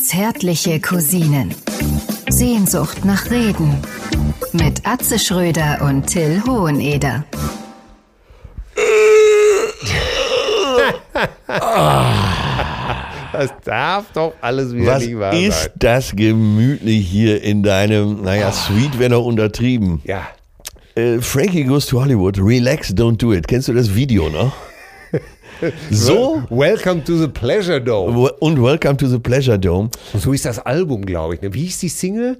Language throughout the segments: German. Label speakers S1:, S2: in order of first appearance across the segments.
S1: Zärtliche Cousinen. Sehnsucht nach Reden. Mit Atze Schröder und Till Hoheneder.
S2: Das darf doch alles wieder
S3: Was
S2: nicht wahr
S3: ist
S2: sein.
S3: das gemütlich hier in deinem, naja, Suite wäre noch untertrieben.
S2: Ja.
S3: Äh, Frankie Goes to Hollywood, Relax, Don't Do It. Kennst du das Video noch? so
S2: Welcome to the Pleasure Dome.
S3: und Welcome to the Pleasure Dome.
S2: So ist das Album, glaube ich. Ne? Wie hieß die Single?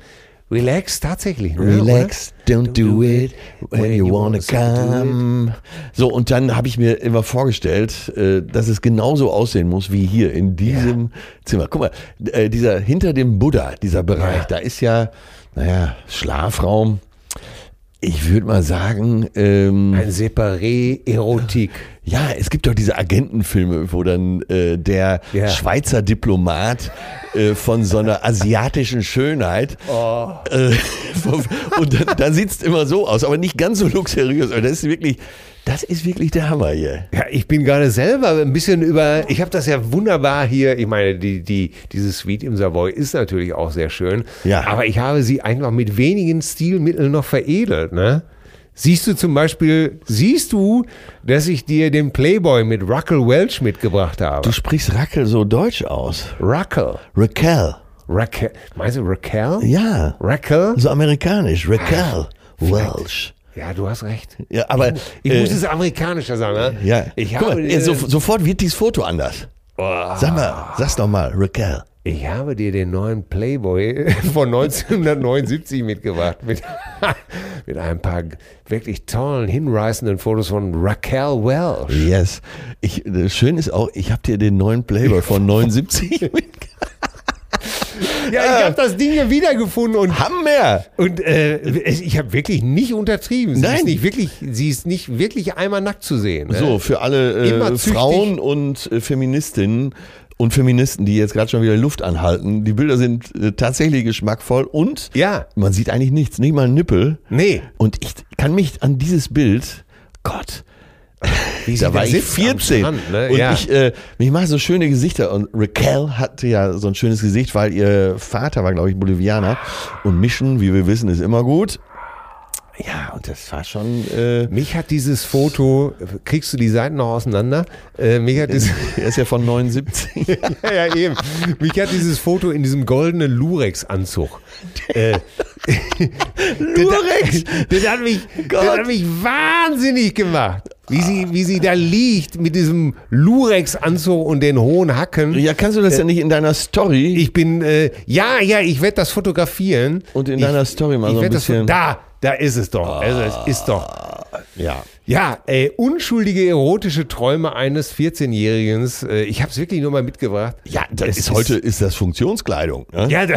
S2: Relax, tatsächlich. Ne?
S3: Relax, don't do it when you wanna
S2: so do it.
S3: come. So, und dann habe ich mir immer vorgestellt, äh, dass es genauso aussehen muss wie hier in diesem Zimmer. Guck mal, d- äh, dieser hinter dem Buddha, dieser Bereich, da ist ja, naja, Schlafraum. Ich würde mal sagen, ähm,
S2: Ein Separé-Erotik.
S3: ja, es gibt doch diese Agentenfilme, wo dann äh, der
S2: Ja.
S3: Schweizer Diplomat äh, von so einer asiatischen Schönheit
S2: Oh.
S3: äh, vom- und dann, dann sieht's immer so aus, aber nicht ganz so luxuriös. Aber das ist wirklich, das ist wirklich der Hammer hier.
S2: Ja, ich bin gerade selber ein bisschen über. Ich habe das ja wunderbar hier. Ich meine, die, die, diese Suite im Savoy ist natürlich auch sehr schön.
S3: Ja.
S2: Aber ich habe sie einfach mit wenigen Stilmitteln noch veredelt. Ne? Siehst du zum Beispiel, siehst du, dass ich dir den Playboy mit Ruckel Welch mitgebracht habe?
S3: Du sprichst Rackel so deutsch aus.
S2: Ruckel.
S3: Raquel,
S2: Raquel. Meinst du Raquel?
S3: ja,
S2: Raquel?
S3: so amerikanisch. Raquel Welsh.
S2: Ja, du hast recht.
S3: Ja, aber
S2: Ich
S3: äh,
S2: muss es amerikanischer sagen, ne?
S3: ja,
S2: Ich habe,
S3: Guck
S2: äh,
S3: mal,
S2: dir,
S3: ja, so, sofort wird dieses Foto anders. Sag mal, sag's doch mal, Raquel.
S2: ich habe dir den neuen Playboy von 1979 mitgebracht. Mit, mit ein paar wirklich tollen, hinreißenden Fotos von Raquel Welch.
S3: Yes. Ich, äh, schön ist auch, ich habe dir den neuen Playboy von 79 mitgebracht.
S2: Ja, ich habe das Ding hier wiedergefunden und,
S3: Hammer!
S2: und äh, es- ich habe wirklich nicht untertrieben. Sie
S3: Nein.
S2: Ist nicht wirklich, sie ist nicht wirklich einmal nackt zu sehen. Ne?
S3: So, für alle
S2: Immer
S3: äh,
S2: züchtig.
S3: Frauen und äh, Feministinnen und Feministen, die jetzt gerade schon wieder Luft anhalten, die Bilder sind äh, tatsächlich geschmackvoll und
S2: Ja.
S3: man sieht eigentlich nichts, nicht mal einen Nippel.
S2: Nee.
S3: Und ich kann mich an dieses Bild, Gott,
S2: Wie
S3: da
S2: sie
S3: war
S2: denn
S3: ich
S2: sitzt am
S3: 14.
S2: Strand, ne?
S3: Und
S2: ja.
S3: ich, äh, ich mache so schöne Gesichter. Und Raquel hatte ja so ein schönes Gesicht, weil ihr Vater war, glaube ich, Bolivianer. Und Mischen, wie wir wissen, ist immer gut. Ja, und das war schon. Äh,
S2: Mich hat dieses Foto, kriegst du die Seiten noch auseinander? Äh, mich hat dieses,
S3: er ist ja von 79.
S2: ja, ja, eben. Mich hat dieses Foto in diesem goldenen Lurex-Anzug. äh,
S3: Lurex!
S2: Das hat mich, das
S3: Gott.
S2: hat mich wahnsinnig gemacht. Wie sie, wie sie da liegt mit diesem Lurex-Anzug und den hohen Hacken.
S3: Ja, kannst du das ja nicht in deiner Story?
S2: Ich bin, äh, ja, ja, ich werde das fotografieren.
S3: Und in deiner Story mal so ein
S2: werd das fo-
S3: bisschen- Ah.
S2: Da, da ist es doch. Also, es ist doch.
S3: ja.
S2: Ja, äh, unschuldige erotische Träume eines 14-Jährigen. Äh, ich habe es wirklich nur mal mitgebracht.
S3: Ja, das
S2: Es
S3: ist heute ist das Funktionskleidung. Ne?
S2: Ja, da,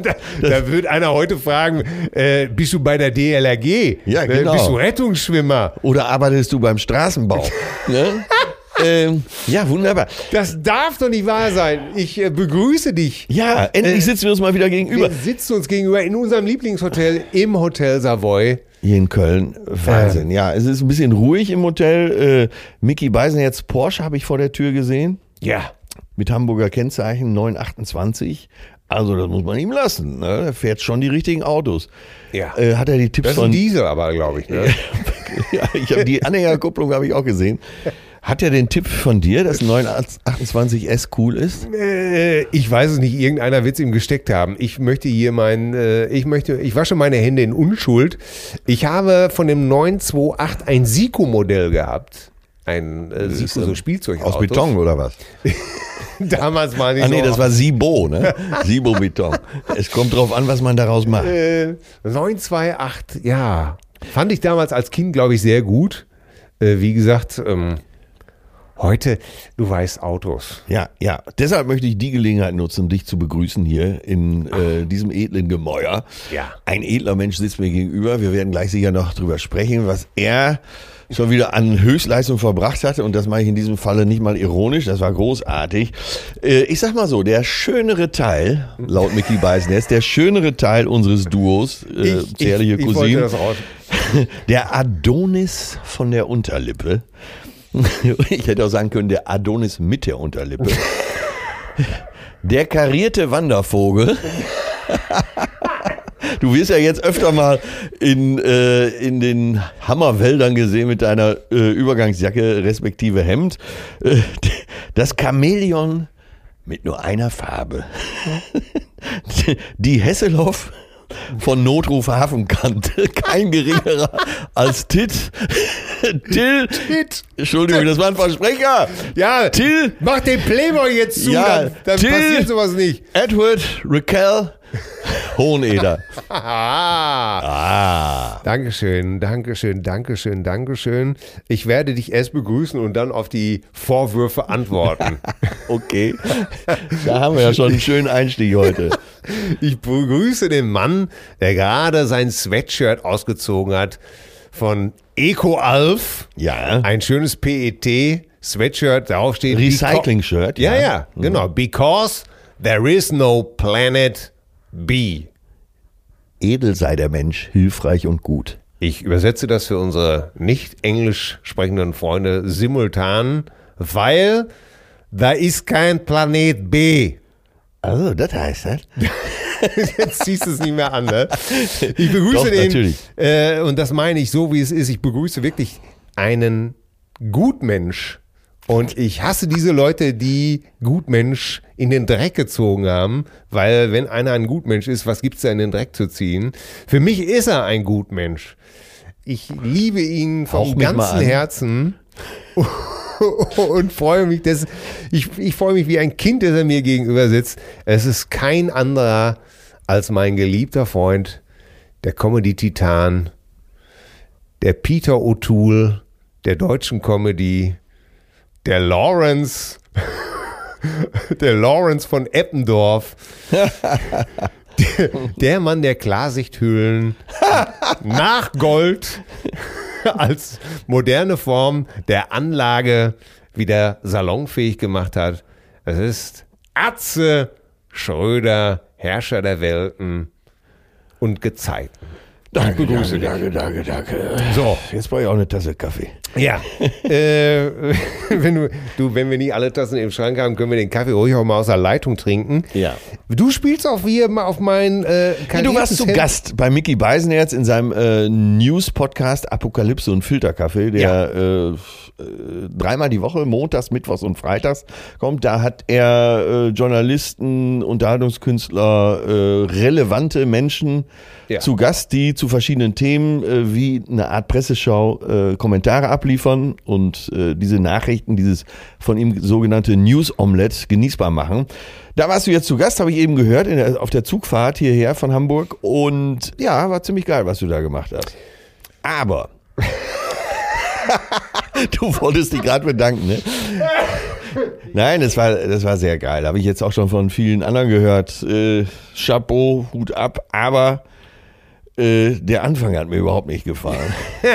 S2: da, da wird einer heute fragen, äh, bist du bei der DLRG?
S3: Ja,
S2: Äh,
S3: genau.
S2: Bist du Rettungsschwimmer?
S3: Oder arbeitest du beim Straßenbau? ne? ähm, ja, wunderbar.
S2: Das darf doch nicht wahr sein. Ich äh, begrüße dich.
S3: Ja, endlich sitzen wir uns mal wieder
S2: Wir
S3: gegenüber.
S2: sitzen uns gegenüber in unserem Lieblingshotel im Hotel Savoy.
S3: Hier in Köln, Wahnsinn. Ja, es ist ein bisschen ruhig im Hotel. Äh, Mickey Beisen jetzt Porsche habe ich vor der Tür gesehen.
S2: Ja.
S3: Mit Hamburger Kennzeichen 928. Also das muss man ihm lassen. Ne? Er fährt schon die richtigen Autos.
S2: Ja.
S3: Äh, hat er die Tipps
S2: Das ist
S3: von...
S2: ein Diesel aber, glaube ich. Ne?
S3: ja, ich hab, die Anhängerkupplung habe ich auch gesehen. Hat er den Tipp von dir, dass 928S cool ist?
S2: Äh, ich weiß es nicht, irgendeiner wird es ihm gesteckt haben. Ich möchte hier mein, äh, ich möchte, ich wasche meine Hände in Unschuld. Ich habe von dem 928 ein Siko-Modell gehabt. Ein äh, Siko, so Spielzeug.
S3: Aus Beton oder was?
S2: Damals war nicht
S3: Ah nee,
S2: so.
S3: das war Sibo, ne? Sibo-Beton. Es kommt drauf an, was man daraus macht.
S2: äh, 928, ja. Fand ich damals als Kind, glaube ich, sehr gut. Äh, wie gesagt, ähm, heute, du weißt Autos.
S3: Ja, ja. Deshalb möchte ich die Gelegenheit nutzen, dich zu begrüßen hier in äh, diesem edlen Gemäuer.
S2: Ja.
S3: Ein edler Mensch sitzt mir gegenüber. Wir werden gleich sicher noch drüber sprechen, was er schon wieder an Höchstleistung verbracht hatte. Und das mache ich in diesem Falle nicht mal ironisch. Das war großartig. Äh, ich sag mal so, der schönere Teil, laut Mickey Beisnest, der schönere Teil unseres Duos, äh, zärtliche
S2: ich wollte
S3: Cousinen,
S2: das raus.
S3: der Adonis von der Unterlippe. Ich hätte auch sagen können, der Adonis mit der Unterlippe. Der karierte Wandervogel. Du wirst ja jetzt öfter mal in, äh, in den Hammerwäldern gesehen mit deiner äh, Übergangsjacke respektive Hemd. Äh, das Chamäleon mit nur einer Farbe. Die Hesselhoff von Notruf Hafenkante. Kein geringerer als Tit. Till.
S2: Tit.
S3: Entschuldigung, das war ein Versprecher.
S2: Ja,
S3: Till.
S2: mach den Playboy jetzt zu,
S3: Ja,
S2: dann, dann
S3: Till.
S2: passiert sowas nicht.
S3: Edward Raquel Hoheneder.
S2: Aha.
S3: Ah.
S2: Dankeschön, Dankeschön, Dankeschön, Dankeschön. Ich werde dich erst begrüßen und dann auf die Vorwürfe antworten.
S3: Okay. Da haben wir ja schon einen schönen Einstieg heute.
S2: Ich begrüße den Mann, der gerade sein Sweatshirt ausgezogen hat von EcoAlf.
S3: Ja.
S2: Ein schönes PET Sweatshirt, darauf steht
S3: Recycling-Shirt.
S2: Ja, ja, genau. Because there is no planet B.
S3: Edel sei der Mensch, hilfreich und gut.
S2: Ich übersetze das für unsere nicht englisch sprechenden Freunde simultan, weil da ist kein Planet B.
S3: Also, das heißt das.
S2: Jetzt ziehst du es nicht mehr an, ne? Ich begrüße
S3: Doch,
S2: den,
S3: natürlich.
S2: Äh, und das meine ich so, wie es ist, ich begrüße wirklich einen Gutmensch. Und ich hasse diese Leute, die Gutmensch in den Dreck gezogen haben, weil wenn einer ein Gutmensch ist, was gibt's da in den Dreck zu ziehen? Für mich ist er ein Gutmensch. Ich liebe ihn
S3: Hauch
S2: vom
S3: mich mal
S2: ganzen
S3: an.
S2: Herzen und freue mich, dass ich, ich freue mich wie ein Kind, das er mir gegenüber sitzt. Es ist kein anderer als mein geliebter Freund, der Comedy-Titan, der Peter O'Toole der deutschen Comedy, der Lawrence, der Lawrence von Eppendorf, der, der Mann der Klarsichthöhlen, nach Gold als moderne Form der Anlage wieder salonfähig gemacht hat. Es ist Atze Schröder, Herrscher der Welten und Gezeiten.
S3: Danke,
S2: begrüße
S3: danke, danke, danke, danke.
S2: So.
S3: Jetzt brauche ich auch eine Tasse Kaffee.
S2: Ja. äh, wenn du, du, wenn wir nicht alle Tassen im Schrank haben, können wir den Kaffee ruhig auch mal aus der Leitung trinken.
S3: Ja.
S2: Du spielst auch wie immer auf meinen äh,
S3: du warst zu
S2: Kariertes-
S3: Gast bei Mickey Beisenherz in seinem äh, News-Podcast Apokalypse und Filterkaffee, der äh, f- äh, dreimal die Woche, montags, mittwochs und freitags kommt. Da hat er äh, Journalisten, Unterhaltungskünstler, äh, relevante Menschen
S2: Ja.
S3: zu Gast, die zu verschiedenen Themen äh, wie eine Art Presseschau äh, Kommentare abliefern und äh, diese Nachrichten, dieses von ihm sogenannte News Omelette genießbar machen. Da warst du jetzt zu Gast, habe ich eben gehört, in der, auf der Zugfahrt hierher von Hamburg und ja, war ziemlich geil, was du da gemacht hast. Aber du wolltest dich gerade bedanken, ne? Nein, das war, das war sehr geil. Habe ich jetzt auch schon von vielen anderen gehört. Äh, Chapeau, Hut ab. Aber äh, der Anfang hat mir überhaupt nicht gefallen.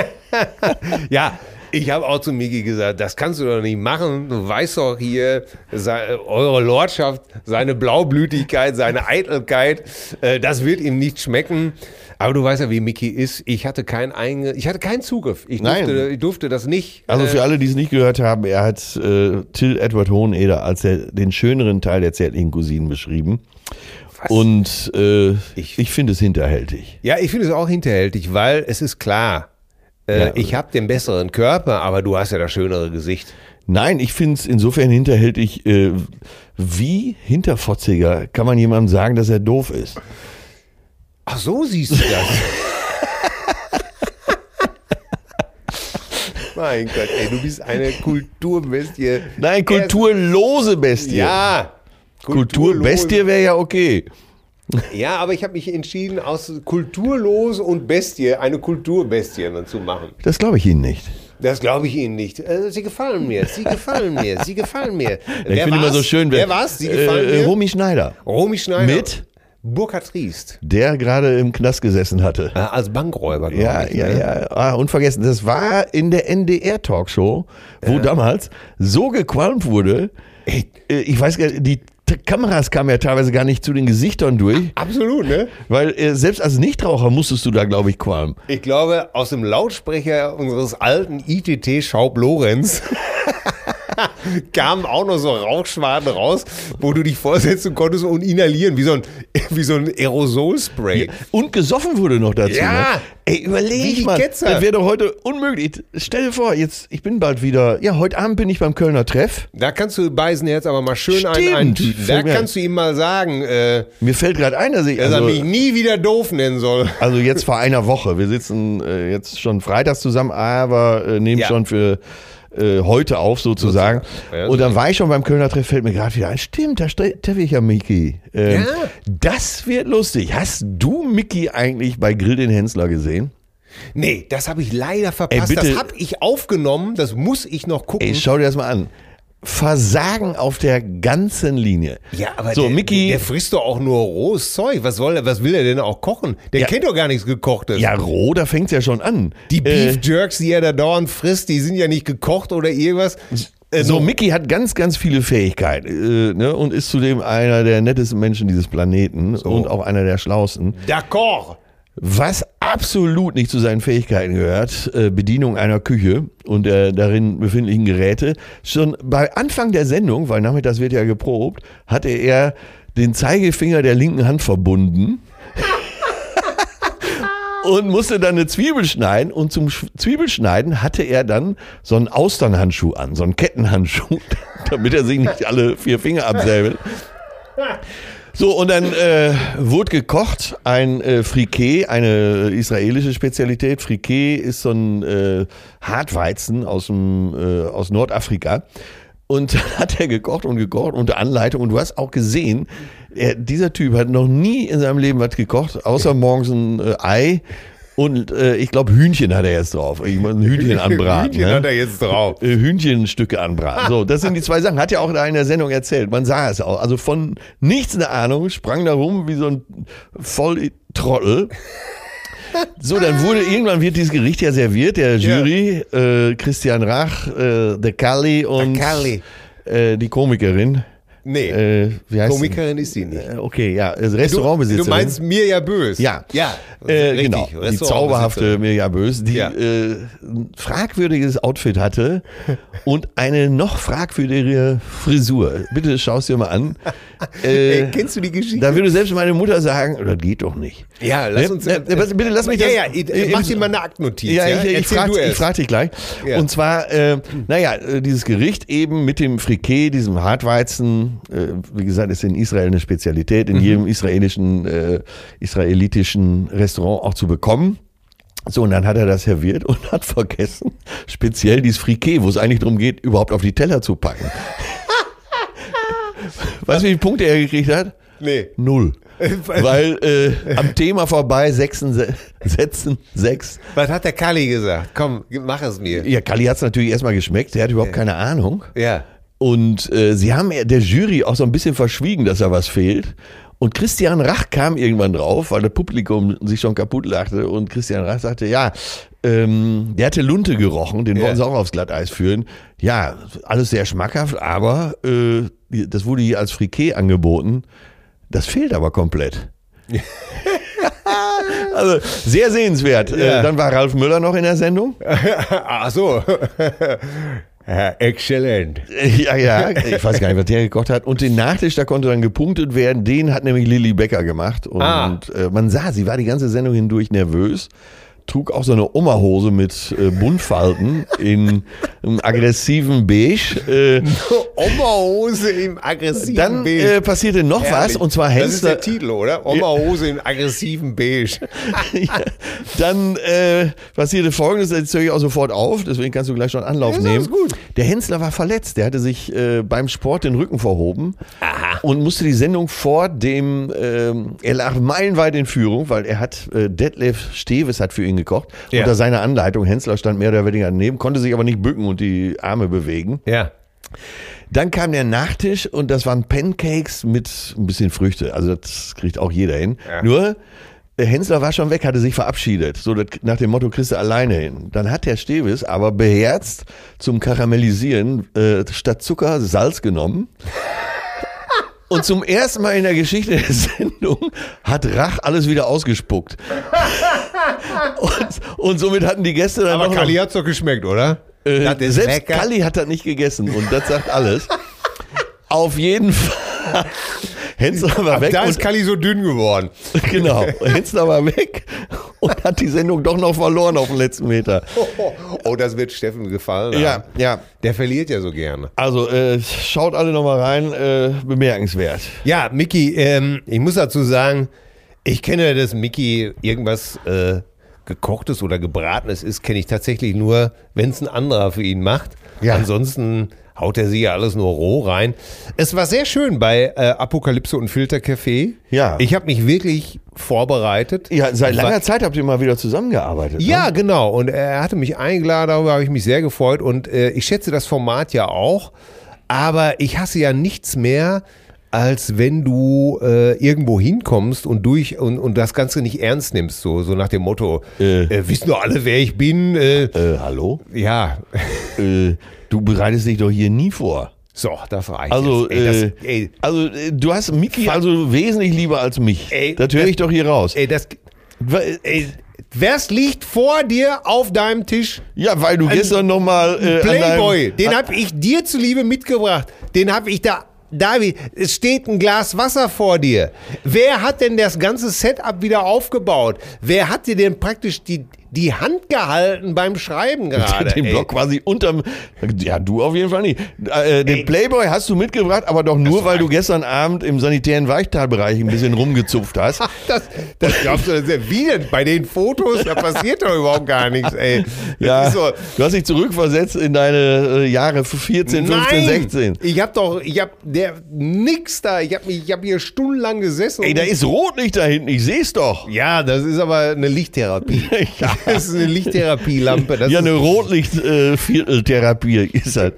S2: Ja. Ich habe auch zu Miki gesagt, das kannst du doch nicht machen. Du weißt doch hier, sei, eure Lordschaft, seine Blaublütigkeit, seine Eitelkeit, äh, das wird ihm nicht schmecken. Aber du weißt ja, wie Miki ist. Ich hatte, kein einge ich hatte keinen Zugriff. Ich
S3: Nein.
S2: durfte, Ich durfte das nicht.
S3: Also
S2: äh,
S3: für alle, die es nicht gehört haben, er hat äh, Till Edward Hoheneder als der, den schöneren Teil der zärtlichen Cousinen beschrieben.
S2: Was?
S3: Und äh, ich,
S2: Ich-
S3: finde es hinterhältig.
S2: Ja, ich finde es auch hinterhältig, weil es ist klar, äh,
S3: Ja.
S2: ich habe den besseren Körper, aber du hast ja das schönere Gesicht.
S3: Nein, ich finde es insofern hinterhältig, äh, wie hinterfotziger kann man jemandem sagen, dass er doof ist?
S2: Ach, so siehst du das. mein Gott, ey, du bist eine Kulturbestie.
S3: Nein, kulturlose Bestie.
S2: Ja.
S3: Kulturbestie wäre ja okay.
S2: Ja, aber ich habe mich entschieden, aus kulturlos und Bestie eine Kulturbestie dann zu machen.
S3: Das glaube ich Ihnen nicht.
S2: Das glaube ich Ihnen nicht. Äh, Sie gefallen mir, Sie gefallen mir, Sie gefallen mir.
S3: ich finde immer so schön,
S2: wer war's? Sie gefallen
S3: äh,
S2: mir.
S3: Romy Schneider,
S2: Romy Schneider.
S3: Mit?
S2: Burkhard Riest.
S3: der gerade im Knast gesessen hatte.
S2: Äh, als Bankräuber, glaub
S3: Ja,
S2: ich.
S3: ja,
S2: ne?
S3: ja. Ah, unvergessen, das war in der NDR-Talkshow, wo damals so gequalmt wurde. Äh, Ich weiß gar nicht, die T Kameras kamen ja teilweise gar nicht zu den Gesichtern durch,
S2: Absolut, ne?
S3: weil äh, selbst als Nichtraucher musstest du da, glaube ich, qualmen.
S2: Ich glaube, aus dem Lautsprecher unseres alten ITT Schaub Lorenz kamen auch noch so Rauchschwaden raus, wo du dich vorsetzen konntest und inhalieren, wie so ein, wie so ein Aerosolspray.
S3: Und gesoffen wurde noch dazu.
S2: Ja.
S3: Ne? Ey,
S2: Wie
S3: überleg
S2: die
S3: mal.
S2: Ketzer.
S3: Das wäre doch heute unmöglich. Stell dir vor, jetzt, ich bin bald wieder. Ja, heute Abend bin ich beim Kölner Treff.
S2: Da kannst du Beisenherz aber mal schön einen
S3: Stimmt.
S2: eintüten. Da
S3: Voll geil.
S2: kannst du ihm mal sagen, äh,
S3: Mir fällt gerade ein, dass ich.
S2: dass er mich
S3: Also,
S2: nie wieder doof nennen soll.
S3: also jetzt vor einer Woche. Wir sitzen äh, jetzt schon freitags zusammen, aber äh, nehmen
S2: Ja.
S3: schon für äh, heute auf sozusagen.
S2: Ja,
S3: Und dann war ich schon beim Kölner Treff, fällt mir gerade wieder ein. Stimmt, da stre- treffe ich ja Mickey. Ähm,
S2: Ja.
S3: Das wird lustig. Hast du Mickey eigentlich bei Grill den Hensler gesehen?
S2: Nee, das habe ich leider verpasst.
S3: Ey, bitte.
S2: das habe ich aufgenommen, das muss ich noch gucken.
S3: Ey, schau dir das mal an. Versagen auf der ganzen Linie.
S2: ja, aber
S3: so
S2: der,
S3: Mickey.
S2: der frisst doch auch nur rohes Zeug. Was, soll er, was will er denn auch kochen? Der
S3: Ja.
S2: kennt doch gar nichts gekochtes.
S3: ja, roh, da fängt's ja schon an.
S2: Die
S3: Äh,
S2: Beef Jerks, die er da dauernd frisst, die sind ja nicht gekocht oder irgendwas. Äh,
S3: so, Mickey hat ganz, ganz viele Fähigkeiten äh, ne, und ist zudem einer der nettesten Menschen dieses Planeten und auch einer der schlausten.
S2: D'accord.
S3: Was absolut nicht zu seinen Fähigkeiten gehört, äh, Bedienung einer Küche und der darin befindlichen Geräte. Schon bei Anfang der Sendung, weil nachmittags wird ja geprobt, hatte er den Zeigefinger der linken Hand verbunden und musste dann eine Zwiebel schneiden. Und zum Sch- Zwiebelschneiden hatte er dann so einen Austernhandschuh an, so einen Kettenhandschuh, damit er sich nicht alle vier Finger absäbelt. So, und dann äh, wurde gekocht ein äh, Friquet, eine israelische Spezialität. Friquet ist so ein äh, Hartweizen aus, dem, äh, aus Nordafrika. Und dann hat er gekocht und gekocht unter Anleitung. Und du hast auch gesehen, er, dieser Typ hat noch nie in seinem Leben was gekocht, außer morgens ein äh, Ei. Und äh, ich glaube, Hühnchen hat er jetzt drauf. Ich meine, ein Hühnchen anbraten.
S2: Hühnchen
S3: ne?
S2: hat er jetzt drauf.
S3: äh, Hühnchenstücke anbraten. So, das sind die zwei Sachen. Hat ja auch da in der Sendung erzählt. Man sah es auch. Also von nichts eine Ahnung, sprang da rum wie so ein Volltrottel. So, dann wurde irgendwann wird dieses Gericht ja serviert, der Jury, äh, Christian Rach, äh, der Kali und
S2: Der Kalli.
S3: Äh, die Komikerin.
S2: Nee,
S3: Äh, wie heißt
S2: Komikerin ist sie
S3: sie?
S2: nicht.
S3: Äh, Okay, ja, äh,
S2: Du,
S3: Restaurantbesitzerin.
S2: du meinst Mirja Bös?
S3: Ja,
S2: Ja,
S3: äh,
S2: richtig.
S3: genau. Die
S2: Restaurantbesitzerin.
S3: zauberhafte Mirja Bös, die
S2: Ja.
S3: äh, ein fragwürdiges Outfit hatte und eine noch fragwürdigere Frisur. Bitte schau es dir mal an. Äh,
S2: Ey, kennst du die Geschichte?
S3: da würde selbst meine Mutter sagen, das geht doch nicht.
S2: Ja, lass uns.
S3: Ne? Ne, was- bitte lass mich
S2: ja,
S3: das-
S2: ja,
S3: äh,
S2: ich- mach dir mal eine Aktnotiz.
S3: Ja, ich, ich
S2: Erzähl
S3: frage
S2: du
S3: ich
S2: erst.
S3: frag dich gleich.
S2: Ja.
S3: Und zwar, äh, naja, äh, dieses Gericht eben mit dem Friquet, diesem Hartweizen, äh, wie gesagt, ist in Israel eine Spezialität, in
S2: Mhm.
S3: jedem israelischen, äh, israelitischen Restaurant auch zu bekommen. So, und dann hat er das serviert und hat vergessen, speziell dieses Friquet, wo es eigentlich darum geht, überhaupt auf die Teller zu packen. weißt du, wie viele Punkte er gekriegt hat?
S2: Nee.
S3: Null.
S2: Weil-
S3: Weil äh, am Thema vorbei sechsen, se- setzen sechs.
S2: Was hat der Kali gesagt? Komm, ge- mach es mir.
S3: Ja, Kali hat es natürlich erstmal geschmeckt, der hat überhaupt keine Ahnung.
S2: Ja.
S3: Und äh, sie haben ja der Jury auch so ein bisschen verschwiegen, dass da was fehlt. Und Christian Rach kam irgendwann drauf, weil das Publikum sich schon kaputt lachte. Und Christian Rach sagte, ja, ähm, der hatte Lunte gerochen, den
S2: Ja.
S3: wollten sie auch aufs Glatteis führen. Ja, alles sehr schmackhaft, aber äh, das wurde hier als Friquet angeboten. Das fehlt aber komplett. also sehr sehenswert.
S2: Ja.
S3: Äh, dann war Ralf Müller noch in der Sendung.
S2: Ach so. Ja, Exzellent.
S3: Ja, ja, ich weiß gar nicht, was der gekocht hat. Und den Nachtisch, da konnte dann gepunktet werden, den hat nämlich Lilly Becker gemacht. Und
S2: Ah.
S3: äh, man sah, sie war die ganze Sendung hindurch nervös, trug auch so eine Oma-Hose mit äh, Buntfalten in einem aggressiven Beige. Äh,
S2: Oma-Hose im aggressiven
S3: dann
S2: Beige.
S3: äh, passierte noch was,
S2: Herrlich.
S3: und zwar
S2: Das ist der
S3: Hensler.
S2: Titel, oder? Oma-Hose im aggressiven Beige.
S3: ja. Dann äh, passierte folgendes, das höre ich auch sofort auf, deswegen kannst du gleich schon Anlauf
S2: Ja, ist
S3: nehmen.
S2: alles gut.
S3: Der Hensler war verletzt, der hatte sich äh, beim Sport den Rücken verhoben und musste die Sendung vor dem, ähm, er lag meilenweit in Führung, weil er hat, äh, Detlef Steves hat für ihn gekocht,
S2: Ja.
S3: unter seiner Anleitung. Hensler stand mehr oder weniger daneben, konnte sich aber nicht bücken und die Arme bewegen.
S2: Ja.
S3: Dann kam der Nachtisch und das waren Pancakes mit ein bisschen Früchte. Also das kriegt auch jeder hin.
S2: Ja.
S3: Nur äh, Hensler war schon weg, hatte sich verabschiedet. So das, nach dem Motto, kriegst du alleine hin. Dann hat der Stevis aber beherzt zum Karamellisieren äh, statt Zucker Salz genommen. Und zum ersten Mal in der Geschichte der Sendung hat Rach alles wieder ausgespuckt. Und, und somit hatten die Gäste dann
S2: Aber
S3: noch
S2: Kali hat's doch geschmeckt, oder?
S3: Äh,
S4: Das ist
S3: selbst
S4: lecker.
S3: Kalli hat das nicht gegessen und das sagt alles. Auf jeden Fall. Hensler war weg
S2: da
S3: und
S2: ist Kalli so dünn geworden.
S3: genau, Hensler war weg und hat die Sendung doch noch verloren auf den letzten Meter.
S2: Oh, oh, oh, das wird Steffen gefallen. haben.
S3: Ja, ja.
S2: Der verliert ja so gerne.
S3: Also äh, schaut alle nochmal rein, äh, bemerkenswert.
S2: Ja, Mickey, ähm, ich muss dazu sagen, ich kenne, dass Mickey irgendwas äh, gekochtes oder gebratenes ist, kenne ich tatsächlich nur, wenn es ein anderer für ihn macht.
S3: Ja.
S2: Ansonsten haut er sie ja alles nur roh rein. Es war sehr schön bei äh, Apokalypse und Filtercafé.
S3: Ja.
S2: Ich habe mich wirklich vorbereitet.
S3: Ja, seit
S2: Wa-
S3: langer Zeit habt ihr mal wieder zusammengearbeitet.
S2: Ja,
S3: Ne?
S2: genau. Und er hatte mich eingeladen, darüber habe ich mich sehr gefreut. Und äh, ich schätze das Format ja auch. Aber ich hasse ja nichts mehr, als wenn du äh, irgendwo hinkommst und durch und, und das Ganze nicht ernst nimmst. So, so nach dem Motto, äh.
S3: Äh.
S2: wissen doch alle, wer ich bin. Äh,
S3: Äh, hallo?
S2: ja.
S3: Äh, du bereitest dich doch hier nie vor.
S2: So, das reicht.
S3: Also,
S2: jetzt. ey,
S3: äh,
S2: das, ey,
S3: also äh, du hast Miki also wesentlich lieber als mich.
S2: Ey,
S3: das höre ich doch hier raus.
S2: ey, das,
S3: Weil-
S2: ey, was liegt vor dir auf deinem Tisch?
S3: ja, weil du gestern nochmal. Äh, an
S2: Playboy,
S3: deinem-
S2: den habe ich dir zuliebe mitgebracht. Den habe ich da. David, es steht ein Glas Wasser vor dir. Wer hat denn das ganze Setup wieder aufgebaut? Wer hat dir denn praktisch die, die Hand gehalten beim Schreiben gerade?
S3: Ah, den
S2: ey?
S3: Block quasi unterm. Ja, du auf jeden Fall nicht. Äh, den
S2: Ey. ah.
S3: Playboy hast du mitgebracht, aber doch nur,
S2: Das
S3: weil
S2: reicht.
S3: du gestern Abend im sanitären Weichtalbereich ein bisschen rumgezupft hast.
S2: Das, das glaubst du, das ist ja- wie denn? Bei den Fotos, da passiert doch überhaupt gar nichts, ey. Das
S3: Ja,
S2: ist so,
S3: du hast dich zurückversetzt in deine äh, Jahre 14, 15,
S2: Nein!
S3: 16.
S2: Ich hab doch, ich hab der nix da. Ich hab, mich, ich hab hier stundenlang gesessen.
S3: Ey,
S2: und-
S3: da ist Rotlicht da hinten, ich seh's doch.
S2: ja, das ist aber eine Lichttherapie.
S3: Ja.
S2: Das ist eine Lichttherapielampe. Das
S3: ja,
S2: ist,
S3: eine Rotlichtvierteltherapie ist das.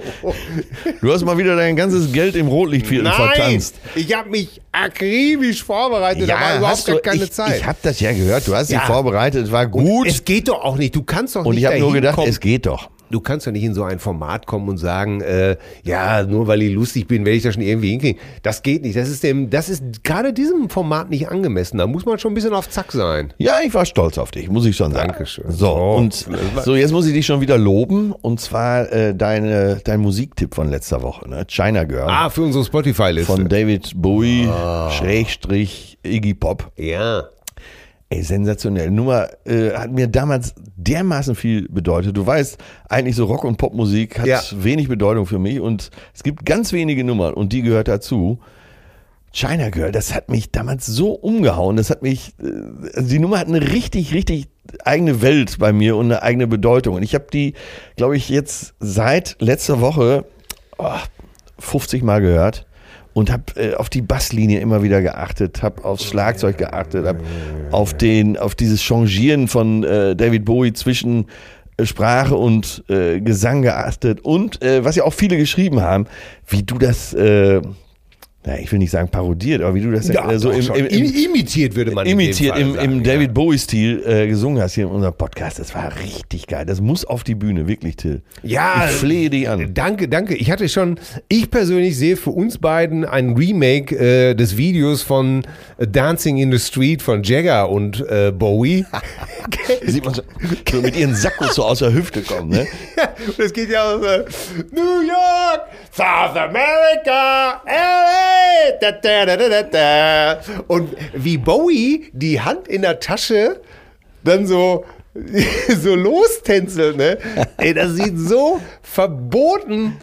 S3: Du hast mal wieder dein ganzes Geld im Rotlichtviertel
S2: Nein,
S3: vertanzt.
S2: ich habe mich akribisch vorbereitet, da war überhaupt
S3: hast
S2: gar
S3: du-
S2: keine
S3: ich,
S2: Zeit.
S3: Ich habe das ja gehört, du hast dich
S2: Ja.
S3: vorbereitet, war gut.
S2: es geht doch auch nicht, du kannst doch
S3: Und
S2: nicht
S3: ich habe nur
S2: dahin
S3: gedacht,
S2: kommen.
S3: es geht doch.
S2: Du kannst doch nicht in so ein Format kommen und sagen, äh, ja, nur weil ich lustig bin, werde ich das schon irgendwie hinkriegen. Das geht nicht, das ist, dem, das ist gerade diesem Format nicht angemessen, da muss man schon ein bisschen auf Zack sein.
S3: Ja, ich war stolz auf dich, muss ich schon sagen.
S2: Dankeschön.
S3: So,
S2: Oh.
S3: und so, jetzt muss ich dich schon wieder loben. Und zwar äh, deine, dein Musiktipp von letzter Woche, ne? China Girl.
S2: Ah, für unsere
S3: Von
S2: Spotify-Liste.
S3: David Bowie, Schrägstrich, Iggy Pop.
S2: Ja.
S3: Ey, sensationell. Nummer äh, hat mir damals dermaßen viel bedeutet. Du weißt, eigentlich so Rock- und Popmusik hat
S2: Ja.
S3: wenig Bedeutung für mich und es gibt ganz wenige Nummern und die gehört dazu. China Girl, das hat mich damals so umgehauen. Das hat mich, äh, also die Nummer hat eine richtig, richtig eigene Welt bei mir und eine eigene Bedeutung. Und ich habe die, glaube ich, jetzt seit letzter Woche oh, 50 Mal gehört und habe äh, auf die Basslinie immer wieder geachtet, habe aufs Schlagzeug geachtet, habe auf den, auf dieses Changieren von äh, David Bowie zwischen äh, Sprache und äh, Gesang geachtet und äh, was ja auch viele geschrieben haben, wie du das, äh, na, ich will nicht sagen parodiert, aber wie du das äh, so
S2: doch
S3: im,
S2: schon.
S3: im, im,
S2: imitiert würde man in dem
S3: imitiert
S2: Fall
S3: im,
S2: sagen,
S3: im
S2: ja.
S3: David Bowie-Stil äh, gesungen hast hier in unserem Podcast. Das war richtig geil. Das muss auf die Bühne, wirklich, Till.
S2: Ja,
S3: Ich flehe dich an.
S2: Danke, danke. Ich hatte schon, ich persönlich sehe für uns beiden ein Remake äh, des Videos von äh, Dancing in the Street von Jagger und äh, Bowie.
S3: Sieht man so, so mit ihren Sackos so aus der Hüfte kommen, ne?
S2: das geht ja aus äh, New York, South America, LA, da, da, da, da, da, da. Und wie Bowie die Hand in der Tasche dann so so lostänzelt, ne? Ey, das sieht so verboten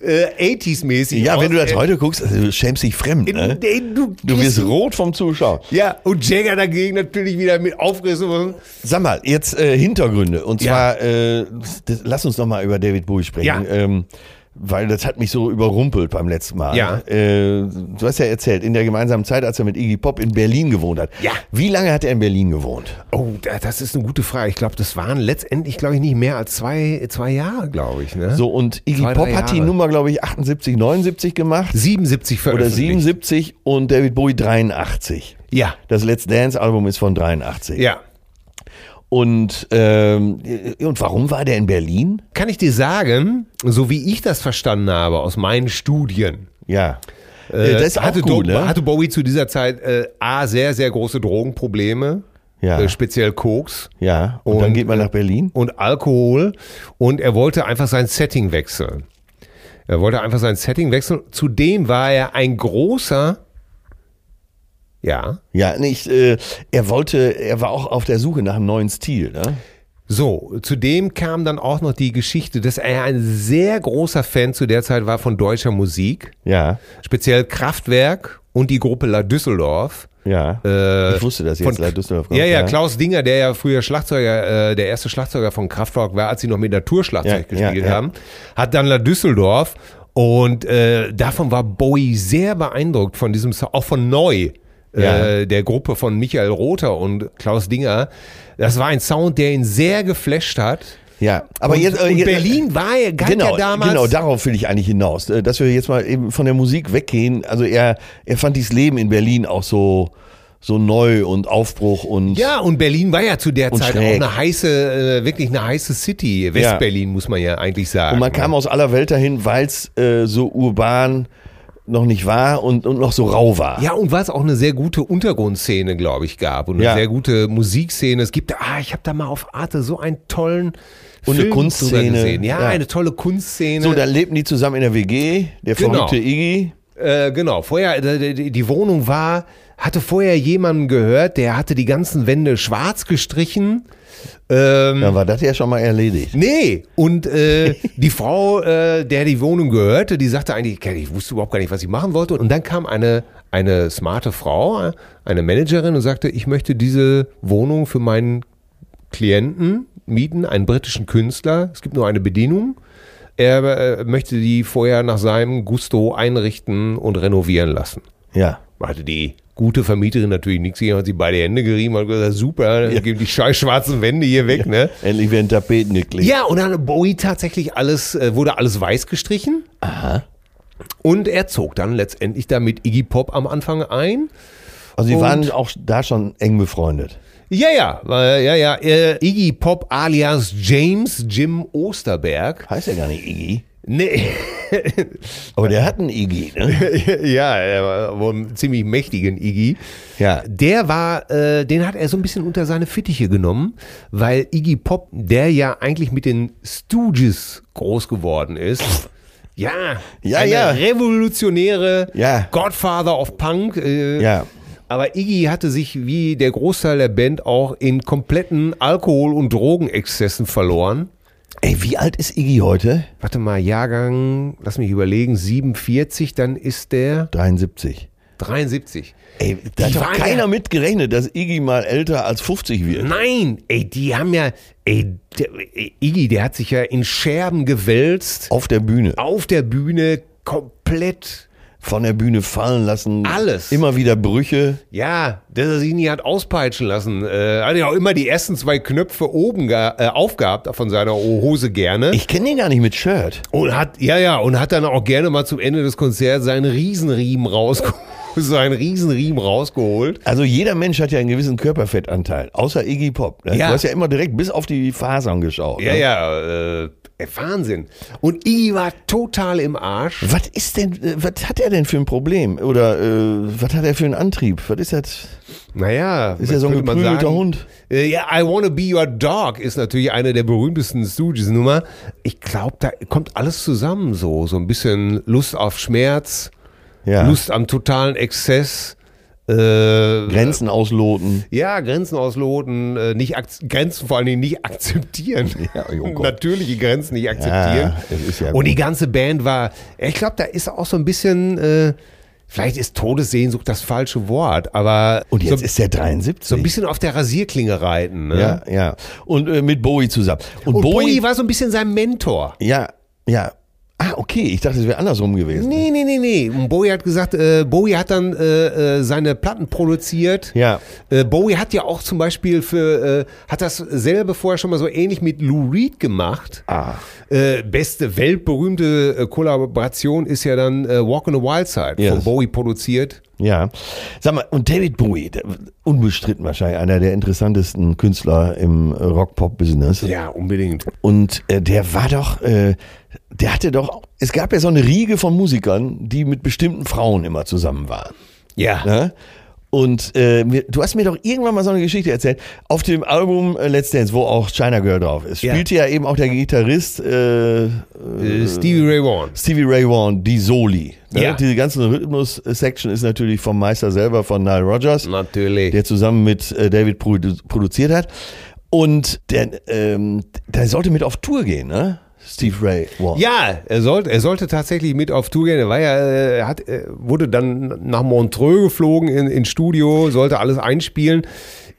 S2: äh, 80s-mäßig
S3: Ja,
S2: aus.
S3: wenn du das
S2: ey.
S3: heute guckst, also, du schämst dich fremd,
S2: In,
S3: ne?
S2: in, du,
S3: Du wirst rot vom Zuschauen.
S2: Ja, und Jagger dagegen natürlich wieder mit aufgerissen.
S3: Sag mal, jetzt äh, Hintergründe. Und
S2: Ja.
S3: zwar, äh, das, lass uns nochmal über David Bowie sprechen.
S2: Ja.
S3: Ähm, weil das hat mich so überrumpelt beim letzten Mal.
S2: Ja.
S3: Äh, du hast ja erzählt, in der gemeinsamen Zeit, als er mit Iggy Pop in Berlin gewohnt hat.
S2: Ja.
S3: Wie lange hat er in Berlin gewohnt?
S2: Oh, da- das ist eine gute Frage. Ich glaube, das waren letztendlich, glaube ich, nicht mehr als zwei, zwei Jahre, glaube ich. Ne?
S3: So, und Iggy
S2: Zwei, drei
S3: Pop hat die
S2: Jahre.
S3: Nummer, glaube ich, 78, 79 gemacht.
S2: 77
S3: Oder
S2: veröffentlicht.
S3: 77 und David Bowie 83.
S2: Ja,
S3: Das Let's Dance Album ist von 83.
S2: ja.
S3: Und, ähm, und warum war der in Berlin?
S2: Kann ich dir sagen, so wie ich das verstanden habe aus meinen Studien,
S3: Ja.
S2: äh,
S3: das ist auch
S2: hatte,
S3: gut,
S2: Do-
S3: ne?
S2: hatte Bowie zu dieser Zeit äh, A, sehr, sehr große Drogenprobleme.
S3: Ja.
S2: äh, speziell Koks
S3: Ja, und, dann
S2: Und, äh,
S3: geht man nach Berlin.
S2: und Alkohol und er wollte einfach sein Setting wechseln. Er wollte einfach sein Setting wechseln. Zudem war er ein großer, ja,
S3: Ja, nicht, äh, er wollte, er war auch auf der Suche nach einem neuen Stil, ne?
S2: So, zudem kam dann auch noch die Geschichte, dass er ein sehr großer Fan zu der Zeit war von deutscher Musik,
S3: Ja,
S2: speziell Kraftwerk und die Gruppe La Düsseldorf.
S3: ja.
S2: Äh,
S3: ich wusste das
S2: von
S3: jetzt, leider Düsseldorf.
S2: Ja, ja, Klaus Dinger, der ja früher Schlagzeuger, äh, der erste Schlagzeuger von Kraftwerk war, als sie noch mit Naturschlagzeug
S3: Ja, ja,
S2: gespielt
S3: ja.
S2: haben, hat dann La Düsseldorf und äh, davon war Bowie sehr beeindruckt von diesem Song, auch von Neu.
S3: Ja.
S2: Äh, der Gruppe von Michael Rother und Klaus Dinger. Das war ein Sound, der ihn sehr geflasht hat.
S3: Ja, aber
S2: und,
S3: jetzt, äh,
S2: und
S3: jetzt
S2: Berlin war ja, galt
S3: genau,
S2: ja damals.
S3: Genau, darauf will ich eigentlich hinaus, äh, dass wir jetzt mal eben von der Musik weggehen. Also er, er fand dieses Leben in Berlin auch so, so neu und Aufbruch und
S2: Ja, und Berlin war ja zu der
S3: Und
S2: Zeit
S3: schräg.
S2: auch eine heiße, äh, wirklich eine heiße City. Westberlin muss man ja eigentlich sagen.
S3: Und man kam aus aller Welt dahin, weil es äh, so urban noch nicht war und, und noch so rau war.
S2: Ja, und was auch eine sehr gute Untergrundszene, glaube ich, gab. Und eine
S3: Ja.
S2: sehr gute Musikszene. Es gibt, da- ah, ich habe da mal auf Arte so einen tollen
S3: Und eine
S2: Film
S3: Kunstszene.
S2: drüber Gesehen. Ja,
S3: Ja.
S2: eine tolle Kunstszene.
S3: So, dann lebten die zusammen in der WG,
S2: ne.
S3: der
S2: Genau.
S3: verrückte Iggy.
S2: äh, genau, vorher, äh, die, die Wohnung war, hatte vorher jemanden gehört, der hatte die ganzen Wände schwarz gestrichen. Ähm,
S3: Dann war das ja schon mal erledigt.
S2: Nee, und äh, die Frau, äh, der die Wohnung gehörte, die sagte eigentlich, ich wusste überhaupt gar nicht, was ich machen wollte. Und dann kam eine, eine smarte Frau, äh, eine Managerin und sagte, ich möchte diese Wohnung für meinen Klienten mieten, einen britischen Künstler. Es gibt nur eine Bedienung. Er äh, möchte die vorher nach seinem Gusto einrichten und renovieren lassen.
S3: Ja.
S2: Hatte die gute Vermieterin natürlich nichts gegen, hat sie beide Hände gerieben und gesagt, super, ja. gib die scheiß schwarzen Wände hier weg, ne?
S3: Endlich werden Tapeten geklebt.
S2: Ja, und dann hat Bowie tatsächlich alles, äh, wurde alles weiß gestrichen. Aha. Und er zog dann letztendlich damit Iggy Pop am Anfang ein.
S3: Also die
S2: Und-
S3: waren auch da schon eng befreundet.
S2: Ja, ja, äh, ja, ja. Äh, Iggy Pop alias James Jim Osterberg.
S3: Heißt ja gar nicht Iggy.
S2: Nee.
S3: Aber der hat einen Iggy, ne?
S2: ja, er war wohl ein ziemlich mächtigen Iggy.
S3: Ja.
S2: Der war, äh, den hat er so ein bisschen unter seine Fittiche genommen, weil Iggy Pop, der ja eigentlich mit den Stooges groß geworden ist. Ja,
S3: Ja,
S2: eine
S3: ja.
S2: revolutionäre
S3: Ja.
S2: Godfather of Punk. Äh,
S3: Ja.
S2: Aber Iggy hatte sich wie der Großteil der Band auch in kompletten Alkohol- und Drogenexzessen verloren.
S3: Ey, wie alt ist Iggy heute?
S2: Warte mal, Jahrgang, lass mich überlegen, 47, dann ist der
S3: 73.
S2: 73.
S3: Ey, da
S2: Die
S3: hat doch
S2: waren
S3: keiner
S2: ja-
S3: mitgerechnet, dass Iggy mal älter als 50 wird.
S2: Nein, ey, die haben ja, ey, der, ey, Iggy, der hat sich ja in Scherben gewälzt,
S3: Auf der Bühne.
S2: auf der Bühne komplett,
S3: Von der Bühne fallen lassen.
S2: Alles.
S3: Immer wieder Brüche.
S2: ja, dass er sich nie hat auspeitschen lassen. Äh, hat ja auch immer die ersten zwei Knöpfe oben ge- äh, aufgehabt von seiner Hose gerne.
S3: Ich kenne den gar nicht mit Shirt.
S2: und hat, ja, ja, und hat dann auch gerne mal zum Ende des Konzerts seinen Riesenriemen rausgeholt. seinen Riesenriemen rausgeholt.
S3: Also jeder Mensch hat ja einen gewissen Körperfettanteil, außer Iggy Pop. Ne?
S2: Ja.
S3: Du hast ja immer direkt bis auf die Fasern geschaut.
S2: Ja,
S3: ne?
S2: ja, äh, Wahnsinn. Und Iggy war total im Arsch.
S3: Was ist denn, äh, was hat er denn für ein Problem? Oder äh, was hat er für einen Antrieb? Was ist das?
S2: Naja,
S3: Ist ja so ein
S2: könnte man
S3: geprügelter
S2: sagen.
S3: Hund.
S2: Äh, Ja, I Wanna Be Your Dog ist natürlich eine der berühmtesten Stooges-Nummer. Ich glaube, da kommt alles zusammen so. So ein bisschen Lust auf Schmerz,
S3: Ja.
S2: Lust am totalen Exzess. Äh,
S3: Grenzen ausloten.
S2: ja, Grenzen ausloten, äh, nicht ak- Grenzen vor allen Dingen nicht akzeptieren.
S3: Ja, oh Gott.
S2: Natürliche Grenzen nicht akzeptieren.
S3: Ja, es ist ja
S2: Und die
S3: gut.
S2: ganze Band war, ich glaube, da ist auch so ein bisschen, äh, vielleicht ist Todessehnsucht das falsche Wort, aber
S3: Und jetzt
S2: so,
S3: ist er 73.
S2: so ein bisschen auf der Rasierklinge reiten. Ne?
S3: ja, ja. Und äh, mit Bowie zusammen.
S2: Und Bowie, war so ein bisschen sein Mentor.
S3: Ja, ja. Ah, okay. Ich dachte, es wäre andersrum gewesen.
S2: Nee, nee, nee, nee. Und Bowie hat gesagt, äh, Bowie hat dann äh, äh, seine Platten produziert.
S3: Ja.
S2: Äh, Bowie hat ja auch zum Beispiel für, äh, hat das selber vorher schon mal so ähnlich mit Lou Reed gemacht.
S3: Ah.
S2: Äh, beste weltberühmte äh, Kollaboration ist ja dann äh, Walk on the Wild Side
S3: Yes.
S2: von Bowie produziert.
S3: Ja. Sag mal, und David Bowie, der, unbestritten wahrscheinlich einer der interessantesten Künstler im äh, Rock-Pop-Business.
S2: Ja, unbedingt.
S3: Und äh, der war doch, äh, der hatte doch, es gab ja so eine Riege von Musikern, die mit bestimmten Frauen immer zusammen waren.
S2: Ja.
S3: Ne? Und äh, mir, du hast mir doch irgendwann mal so eine Geschichte erzählt. Auf dem Album äh, Let's Dance, wo auch China Girl drauf ist,
S2: Ja.
S3: spielte ja, eben auch der Gitarrist äh, äh,
S2: Äh, Stevie Ray Vaughan.
S3: Stevie Ray Vaughan, die Soli. Ne?
S2: Ja.
S3: Diese ganze Rhythmus-Section ist natürlich vom Meister selber, von Nile Rodgers,
S2: Natürlich.
S3: der zusammen mit äh, David produ produziert hat. Und der, ähm, der sollte mit auf Tour gehen, ne? Steve Ray Vaughan.
S2: Ja, er sollte, er sollte tatsächlich mit auf Tour gehen. Er war ja, äh, hat, äh, wurde dann nach Montreux geflogen in, ins Studio, sollte alles einspielen,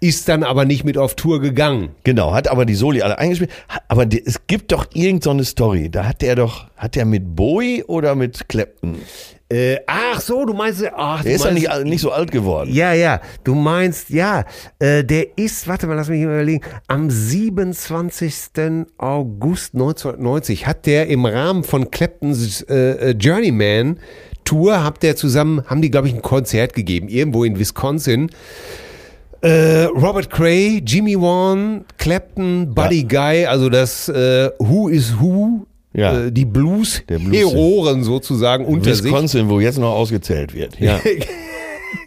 S2: ist dann aber nicht mit auf Tour gegangen.
S3: Genau, hat aber die Soli alle eingespielt. Ha- Aber die, es gibt doch irgend so eine Story. Da hat der doch, hat der mit Bowie oder mit Clapton?
S2: Äh, ach so, du meinst, ach, du
S3: Der ist doch
S2: meinst,
S3: nicht, al- nicht so alt geworden.
S2: ja, ja, du meinst, ja, äh, der ist, warte mal, lass mich mal überlegen, am 27. August 1990 hat der im Rahmen von Claptons äh, äh, Journeyman Tour, habt der zusammen, haben die, glaube ich, ein Konzert gegeben, irgendwo in Wisconsin. Äh, Robert Cray, Jimmy Vaughan, Clapton, Buddy Guy, also das äh, Who is Who,
S3: Ja.
S2: äh, die
S3: Der Blues-
S2: Blues-Heroren sozusagen unter sich.
S3: Wisconsin, wo jetzt noch ausgezählt wird. Ja.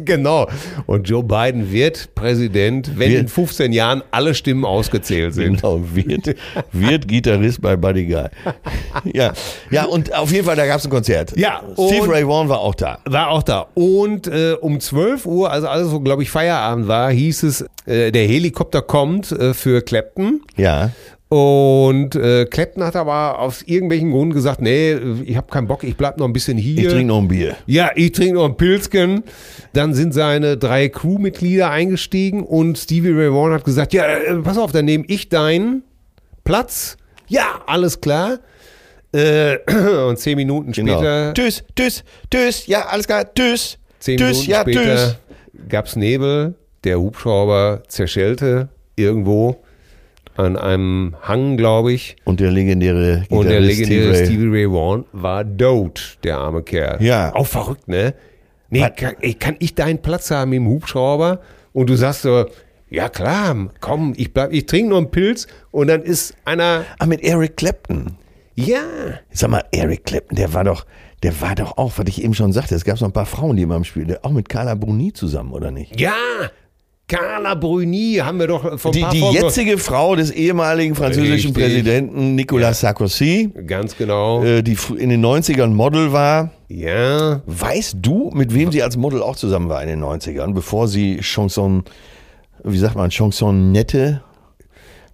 S2: Genau. Und Joe Biden wird Präsident, wenn
S3: Wird.
S2: in 15 Jahren alle Stimmen ausgezählt sind.
S3: Genau, wird, wird Gitarrist bei Buddy Guy. Ja. ja, und auf jeden Fall, da gab es ein Konzert.
S2: Ja, und-
S3: Steve Ray Vaughan war auch da.
S2: War auch da. Und äh, um 12 Uhr, also alles, wo, glaube ich, Feierabend war, hieß es, äh, der Helikopter kommt äh, für Clapton.
S3: Ja.
S2: Und äh, Clapton hat aber aus irgendwelchen Gründen gesagt, nee, ich habe keinen Bock, ich bleib noch ein bisschen hier.
S3: Ich trinke noch ein Bier.
S2: Ja, ich trinke noch ein Pilzken. Dann sind seine drei Crewmitglieder eingestiegen und Stevie Ray Vaughan hat gesagt, ja, äh, pass auf, dann nehme ich deinen Platz. Ja, alles klar. Äh, und zehn Minuten
S3: Genau.
S2: später,
S3: Tschüss, tschüss, tschüss, ja, alles klar, tschüss.
S2: zehn
S3: tschüss,
S2: Minuten
S3: ja, tschüss.
S2: später gab's Nebel. Der Hubschrauber zerschellte irgendwo an einem Hang, glaube ich.
S3: Und der legendäre Gitarrist
S2: Und der legendäre
S3: Steve Ray.
S2: Stevie Ray Vaughan war dood, der arme Kerl.
S3: Ja.
S2: Auch verrückt, ne? Nee,
S3: Was?
S2: kann, ey, kann ich deinen Platz haben im Hubschrauber? Und du sagst so, ja klar, komm, ich bleib, ich trinke nur einen Pilz und dann ist einer,
S3: Ah, mit Eric Clapton.
S2: ja.
S3: Sag mal, Eric Clapton, der war doch, der war doch auch, was ich eben schon sagte, es gab so ein paar Frauen, die immer im Spiel, der auch mit Carla Bruni zusammen, oder nicht?
S2: Ja, Carla Bruni haben wir doch vom
S3: Die,
S2: paar
S3: die
S2: Folgen-
S3: jetzige Frau des ehemaligen französischen
S2: Richtig.
S3: Präsidenten Nicolas Sarkozy,
S2: Ganz genau.
S3: äh, die fr- in den 90ern Model war.
S2: Ja.
S3: Weißt du, mit wem sie als Model auch zusammen war in den 90ern, bevor sie Chanson, wie sagt man, Chansonnette?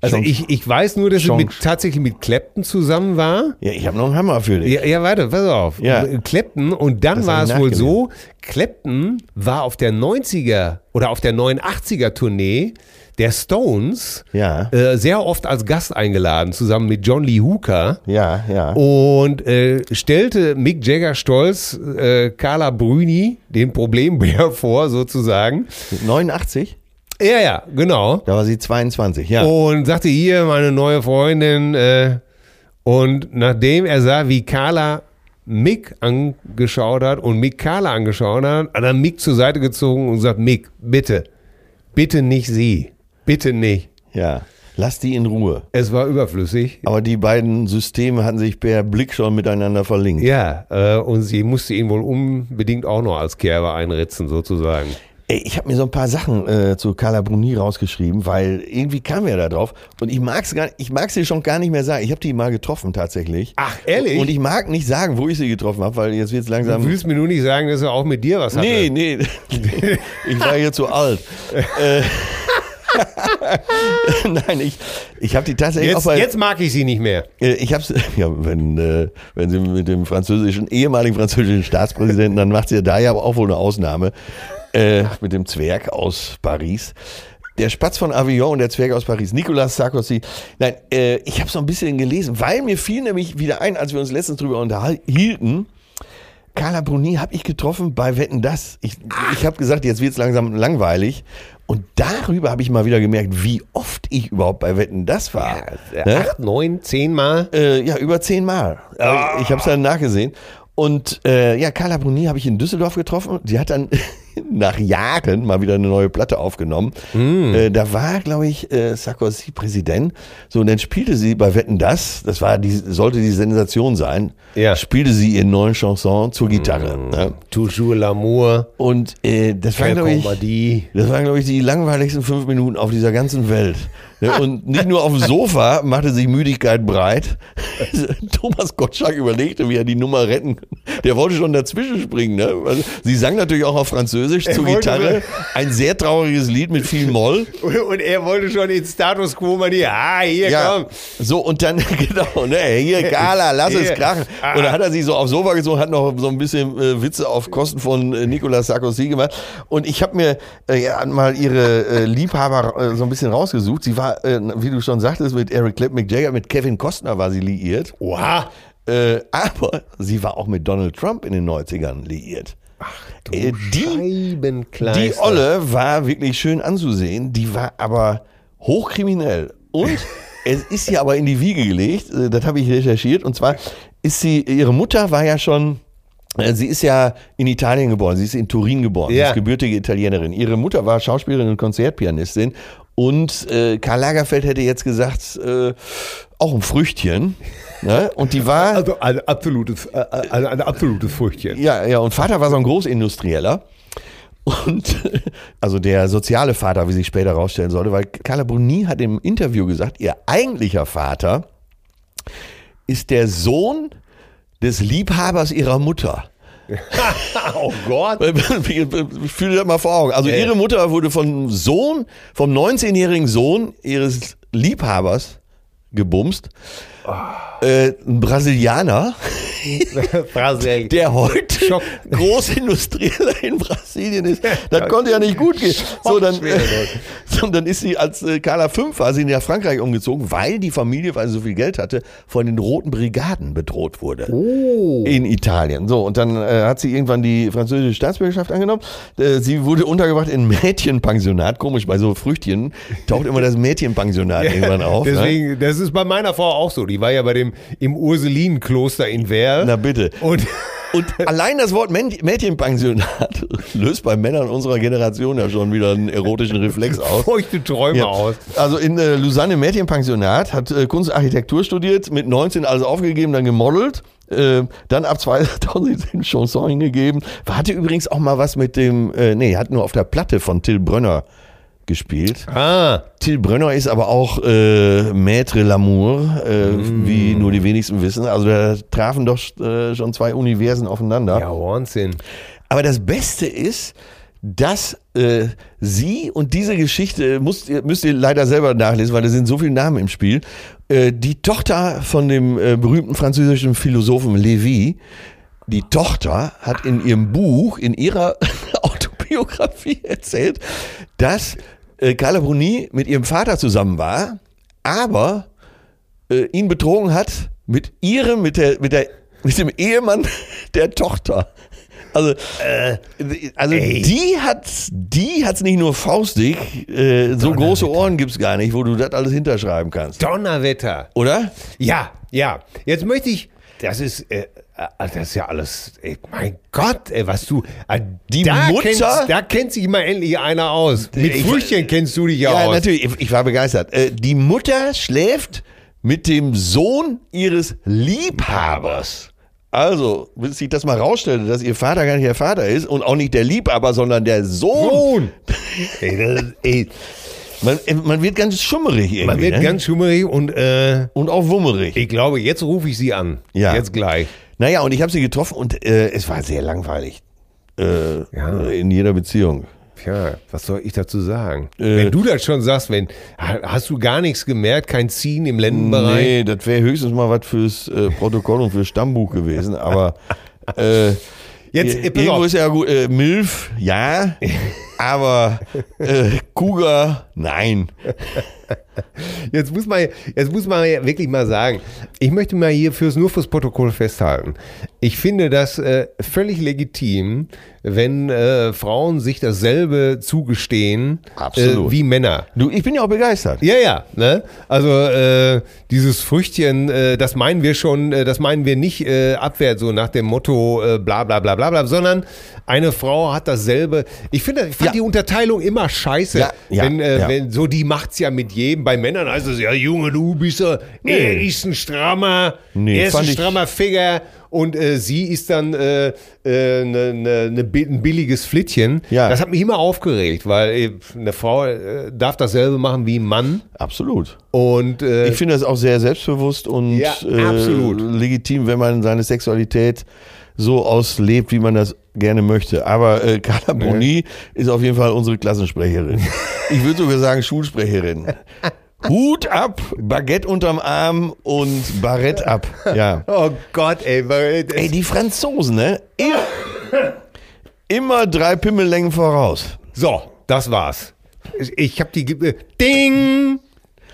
S2: Also
S3: Chans-
S2: ich, ich weiß nur, dass sie
S3: Chance.
S2: mit, tatsächlich mit Clapton zusammen war.
S3: Ja, ich habe noch einen Hammer für dich.
S2: Ja, ja, warte, pass auf.
S3: Ja.
S2: Clapton und dann
S3: Das
S2: war
S3: hab ich
S2: es wohl so, Clapton war auf der 90er oder auf der 89er Tournee der Stones
S3: Ja.
S2: äh, sehr oft als Gast eingeladen, zusammen mit John Lee Hooker.
S3: Ja, ja.
S2: Oh. Und äh, stellte Mick Jagger stolz äh, Carla Bruni den Problembär vor, sozusagen.
S3: 89?
S2: Ja, ja, genau.
S3: Da war sie 22, ja.
S2: Und sagte hier meine neue Freundin. Äh, und nachdem er sah, wie Carla Mick angeschaut hat und Mick Carla angeschaut hat, hat er Mick zur Seite gezogen und sagt, Mick, bitte, bitte nicht sie, bitte nicht.
S3: Ja. Lass die in Ruhe.
S2: Es war überflüssig.
S3: Aber die beiden Systeme hatten sich per Blick schon miteinander verlinkt.
S2: Ja, äh, und sie musste ihn wohl unbedingt auch noch als Kerbe einritzen, sozusagen.
S3: Ey, ich habe mir so ein paar Sachen äh, zu Carla Bruni rausgeschrieben, weil irgendwie kam er da drauf. Und ich mag es gar, ich mag's dir schon gar nicht mehr sagen. Ich habe die mal getroffen tatsächlich.
S2: Ach, ehrlich?
S3: Und ich mag nicht sagen, wo ich sie getroffen habe, weil jetzt wird's
S2: Du
S3: langsam.
S2: willst mir nur nicht sagen, dass er auch mit dir was hatte.
S3: Nee, nee, ich war hier zu alt. Äh, Nein, ich, ich habe die tatsächlich auch
S2: Jetzt,
S3: bei,
S2: jetzt mag ich sie nicht mehr.
S3: Äh, Ich hab's, ja, wenn, äh, wenn sie mit dem französischen, ehemaligen französischen Staatspräsidenten, dann macht sie ja da ja aber auch wohl eine Ausnahme, äh, mit dem Zwerg aus Paris. Der Spatz von Avignon und der Zwerg aus Paris, Nicolas Sarkozy. Nein, äh, ich habe so ein bisschen gelesen, weil mir fiel nämlich wieder ein, als wir uns letztens drüber unterhielten, Carla Bruni habe ich getroffen bei Wetten Das. Ich, ich habe gesagt, jetzt wird's langsam langweilig. Und darüber habe ich mal wieder gemerkt, wie oft ich überhaupt bei Wetten Das war. Ne?
S2: Acht, neun, zehn Mal.
S3: Äh, ja, über zehnmal.
S2: Ah.
S3: äh, Aber Ich habe es dann nachgesehen. Und äh, ja, Carla Bruni habe ich in Düsseldorf getroffen. Die hat dann nach Jahren mal wieder eine neue Platte aufgenommen.
S2: Hm.
S3: Äh, da war, glaube ich, äh, Sarkozy Präsident. So, und dann spielte sie bei Wetten Das, das war die, sollte die Sensation sein,
S2: Ja. Hm.
S3: spielte sie ihren neuen Chanson zur Gitarre. Ne?
S2: Toujours l'amour.
S3: Und äh, das war,
S2: Kein
S3: glaube ich,
S2: Comedy.
S3: das waren, glaube ich, die langweiligsten fünf Minuten auf dieser ganzen Welt. Ja, Und nicht nur auf dem Sofa machte sich Müdigkeit breit. Thomas Gottschalk überlegte, wie er die Nummer retten kann. Der wollte schon dazwischen springen. Ne? Also, Sie sang natürlich auch auf Französisch zur
S2: wollte-
S3: Gitarre. Ein sehr trauriges Lied mit viel Moll.
S2: Und er wollte schon den Status Quo mal die, ah, hier,
S3: Ja,
S2: komm.
S3: so und dann, genau, ne, hier, Gala, lass es
S2: Hier.
S3: krachen.
S2: Ah.
S3: Und dann hat er sich so aufs Sofa gezogen, hat noch so ein bisschen äh, Witze auf Kosten von äh, Nicolas Sarkozy gemacht. Und ich habe mir äh, ja, mal ihre äh, Liebhaber äh, so ein bisschen rausgesucht. Sie war, äh, wie du schon sagtest, mit Eric Clapton, Mick Jagger, mit Kevin Costner war sie liiert.
S2: Oha.
S3: Äh, aber sie war auch mit Donald Trump in den 90ern liiert. Ach,
S2: Du
S3: äh, die
S2: Scheibenkleister.
S3: die Olle war wirklich schön anzusehen, die war aber hochkriminell. Und es ist ihr aber in die Wiege gelegt, äh, das habe ich recherchiert, und zwar ist sie, ihre Mutter war ja schon. äh, Sie ist ja in Italien geboren, sie ist in Turin geboren,
S2: Ja.
S3: sie ist gebürtige Italienerin. Ihre Mutter war Schauspielerin und Konzertpianistin und äh, Karl Lagerfeld hätte jetzt gesagt, äh, auch ein Früchtchen. Ne? Und die war
S2: Also ein absolutes, äh, also ein absolutes Früchtchen.
S3: ja, ja, und Vater war so ein Großindustrieller. Und also der soziale Vater, wie sich später herausstellen sollte, weil Carla Bruni hat im Interview gesagt, ihr eigentlicher Vater ist der Sohn des Liebhabers ihrer Mutter.
S2: Oh Gott.
S3: Fühl dir das mal vor Augen. Also
S2: Ja.
S3: ihre Mutter wurde vom Sohn, vom 19-jährigen Sohn ihres Liebhabers gebumst. Äh, ein Brasilianer.
S2: Brasilien.
S3: der heute
S2: Schock.
S3: Großindustrieller in Brasilien ist. Das konnte ja nicht gut gehen. So, dann,
S2: schwer, Leute.
S3: so, und dann ist sie als äh, Carla 5 war sie nach Frankreich umgezogen, weil die Familie, weil sie so viel Geld hatte, von den Roten Brigaden bedroht wurde.
S2: Oh.
S3: In Italien. So, und dann äh, hat sie irgendwann die französische Staatsbürgerschaft angenommen. Äh, sie wurde untergebracht in Mädchenpensionat. Komisch, bei so Früchtchen taucht immer das Mädchenpensionat irgendwann auf. ne?
S2: Deswegen, das ist bei meiner Frau auch so. Die war ja bei dem im Ursulinenkloster in Werl.
S3: Na bitte.
S2: Und
S3: Und allein das Wort Män- Mädchenpensionat löst bei Männern unserer Generation ja schon wieder einen erotischen Reflex aus.
S2: feuchte Träume
S3: Ja.
S2: aus.
S3: Also in äh, Lausanne im Mädchenpensionat hat äh, Kunst und Architektur studiert, mit 19 alles aufgegeben, dann gemodelt, äh, dann ab 2010 Chanson hingegeben. Hatte übrigens auch mal was mit dem, äh, nee, hat nur auf der Platte von Till Brönner gespielt.
S2: Ah,
S3: Till Brönner ist aber auch äh, Maître Lamour, äh, wie nur die wenigsten wissen. Also da trafen doch äh, schon zwei Universen aufeinander.
S2: ja, Wahnsinn.
S3: Aber das Beste ist, dass äh, sie und diese Geschichte müsst ihr, müsst ihr leider selber nachlesen, weil da sind so viele Namen im Spiel. Äh, die Tochter von dem äh, berühmten französischen Philosophen Lévy, die Tochter hat in ihrem Buch, in ihrer Autobiografie erzählt, dass äh, Carla Bruni mit ihrem Vater zusammen war, aber äh, ihn betrogen hat mit ihrem, mit der, mit der, mit dem Ehemann der Tochter. Also,
S2: Äh,
S3: also die hat, die hat's nicht nur faustig. Äh, so große Ohren gibt's gar nicht, wo du das alles hinterschreiben kannst,
S2: Donnerwetter.
S3: oder?
S2: Ja, ja. Jetzt möchte ich. Das ist, äh, äh, das ist ja alles. Ey, mein Gott, ey, was du. äh,
S3: Die
S2: da
S3: Mutter-
S2: Kennst, da kennt sich mal endlich einer aus. Mit
S3: Ich-
S2: Früchtchen kennst du dich ja,
S3: Ja,
S2: aus.
S3: natürlich. Ich- Ich war begeistert. Äh, die Mutter schläft mit dem Sohn ihres Liebhabers. Also, bis ich das mal rausstellte, dass ihr Vater gar nicht der Vater ist und auch nicht der Liebhaber, sondern der Sohn.
S2: Sohn. ey, das, ist- ey,
S3: Man, äh, man wird ganz schummerig irgendwie.
S2: man wird
S3: ne?
S2: ganz schummerig und äh,
S3: und auch wummerig.
S2: ich glaube, jetzt rufe ich sie an.
S3: Ja.
S2: Jetzt gleich.
S3: Naja, und ich habe sie getroffen und äh, es war sehr langweilig. Äh,
S2: Ja.
S3: In jeder Beziehung.
S2: Tja, was soll ich dazu sagen?
S3: Äh.
S2: wenn du das schon sagst, wenn ha- hast du gar nichts gemerkt, kein Ziehen im Lendenbereich.
S3: Nee, das wäre höchstens mal was fürs äh, Protokoll und fürs Stammbuch gewesen, aber äh,
S2: Jetzt, äh, pass
S3: irgendwo
S2: auf.
S3: ist ja gut, äh, Milf, ja, aber äh, Cougar, nein.
S2: Jetzt muss man, jetzt muss man ja wirklich mal sagen, ich möchte mal hier fürs, nur fürs Protokoll festhalten. Ich finde das äh, völlig legitim, wenn äh, Frauen sich dasselbe zugestehen
S3: Absolut.
S2: Äh, wie Männer.
S3: Du, ich bin ja auch begeistert.
S2: Ja, ja. Ne? Also äh, dieses Früchtchen, äh, das meinen wir schon, äh, das meinen wir nicht äh, abwärts, so nach dem Motto äh, bla bla bla bla bla, sondern eine Frau hat dasselbe. Ich finde, ich fand
S3: Ja.
S2: die Unterteilung immer scheiße.
S3: Ja, ja,
S2: wenn, äh,
S3: ja.
S2: wenn so die macht's ja mit jedem. Bei Männern heißt es, ja, Junge, du bist ja, er
S3: Nee.
S2: ist ein strammer,
S3: Nee,
S2: er ist ein
S3: fand ich-
S2: strammer Finger. Und äh, sie ist dann äh, äh, ne, ne, ne, bi- ein billiges Flittchen.
S3: Ja.
S2: Das hat mich immer aufgeregt, weil äh, eine Frau äh, darf dasselbe machen wie ein Mann.
S3: Absolut.
S2: Und äh,
S3: Ich finde das auch sehr selbstbewusst und
S2: Ja,
S3: äh,
S2: absolut.
S3: legitim, wenn man seine Sexualität so auslebt, wie man das gerne möchte. Aber äh, Carla Bruni ist auf jeden Fall unsere Klassensprecherin. ich würde sogar sagen Schulsprecherin. Hut ab, Baguette unterm Arm und Barett ab. Ja.
S2: oh Gott, ey, weil äh, das-
S3: Ey, die Franzosen, ne? Immer- Immer drei Pimmellängen voraus.
S2: so, das war's. Ich- Ich habe die Ge- Ding.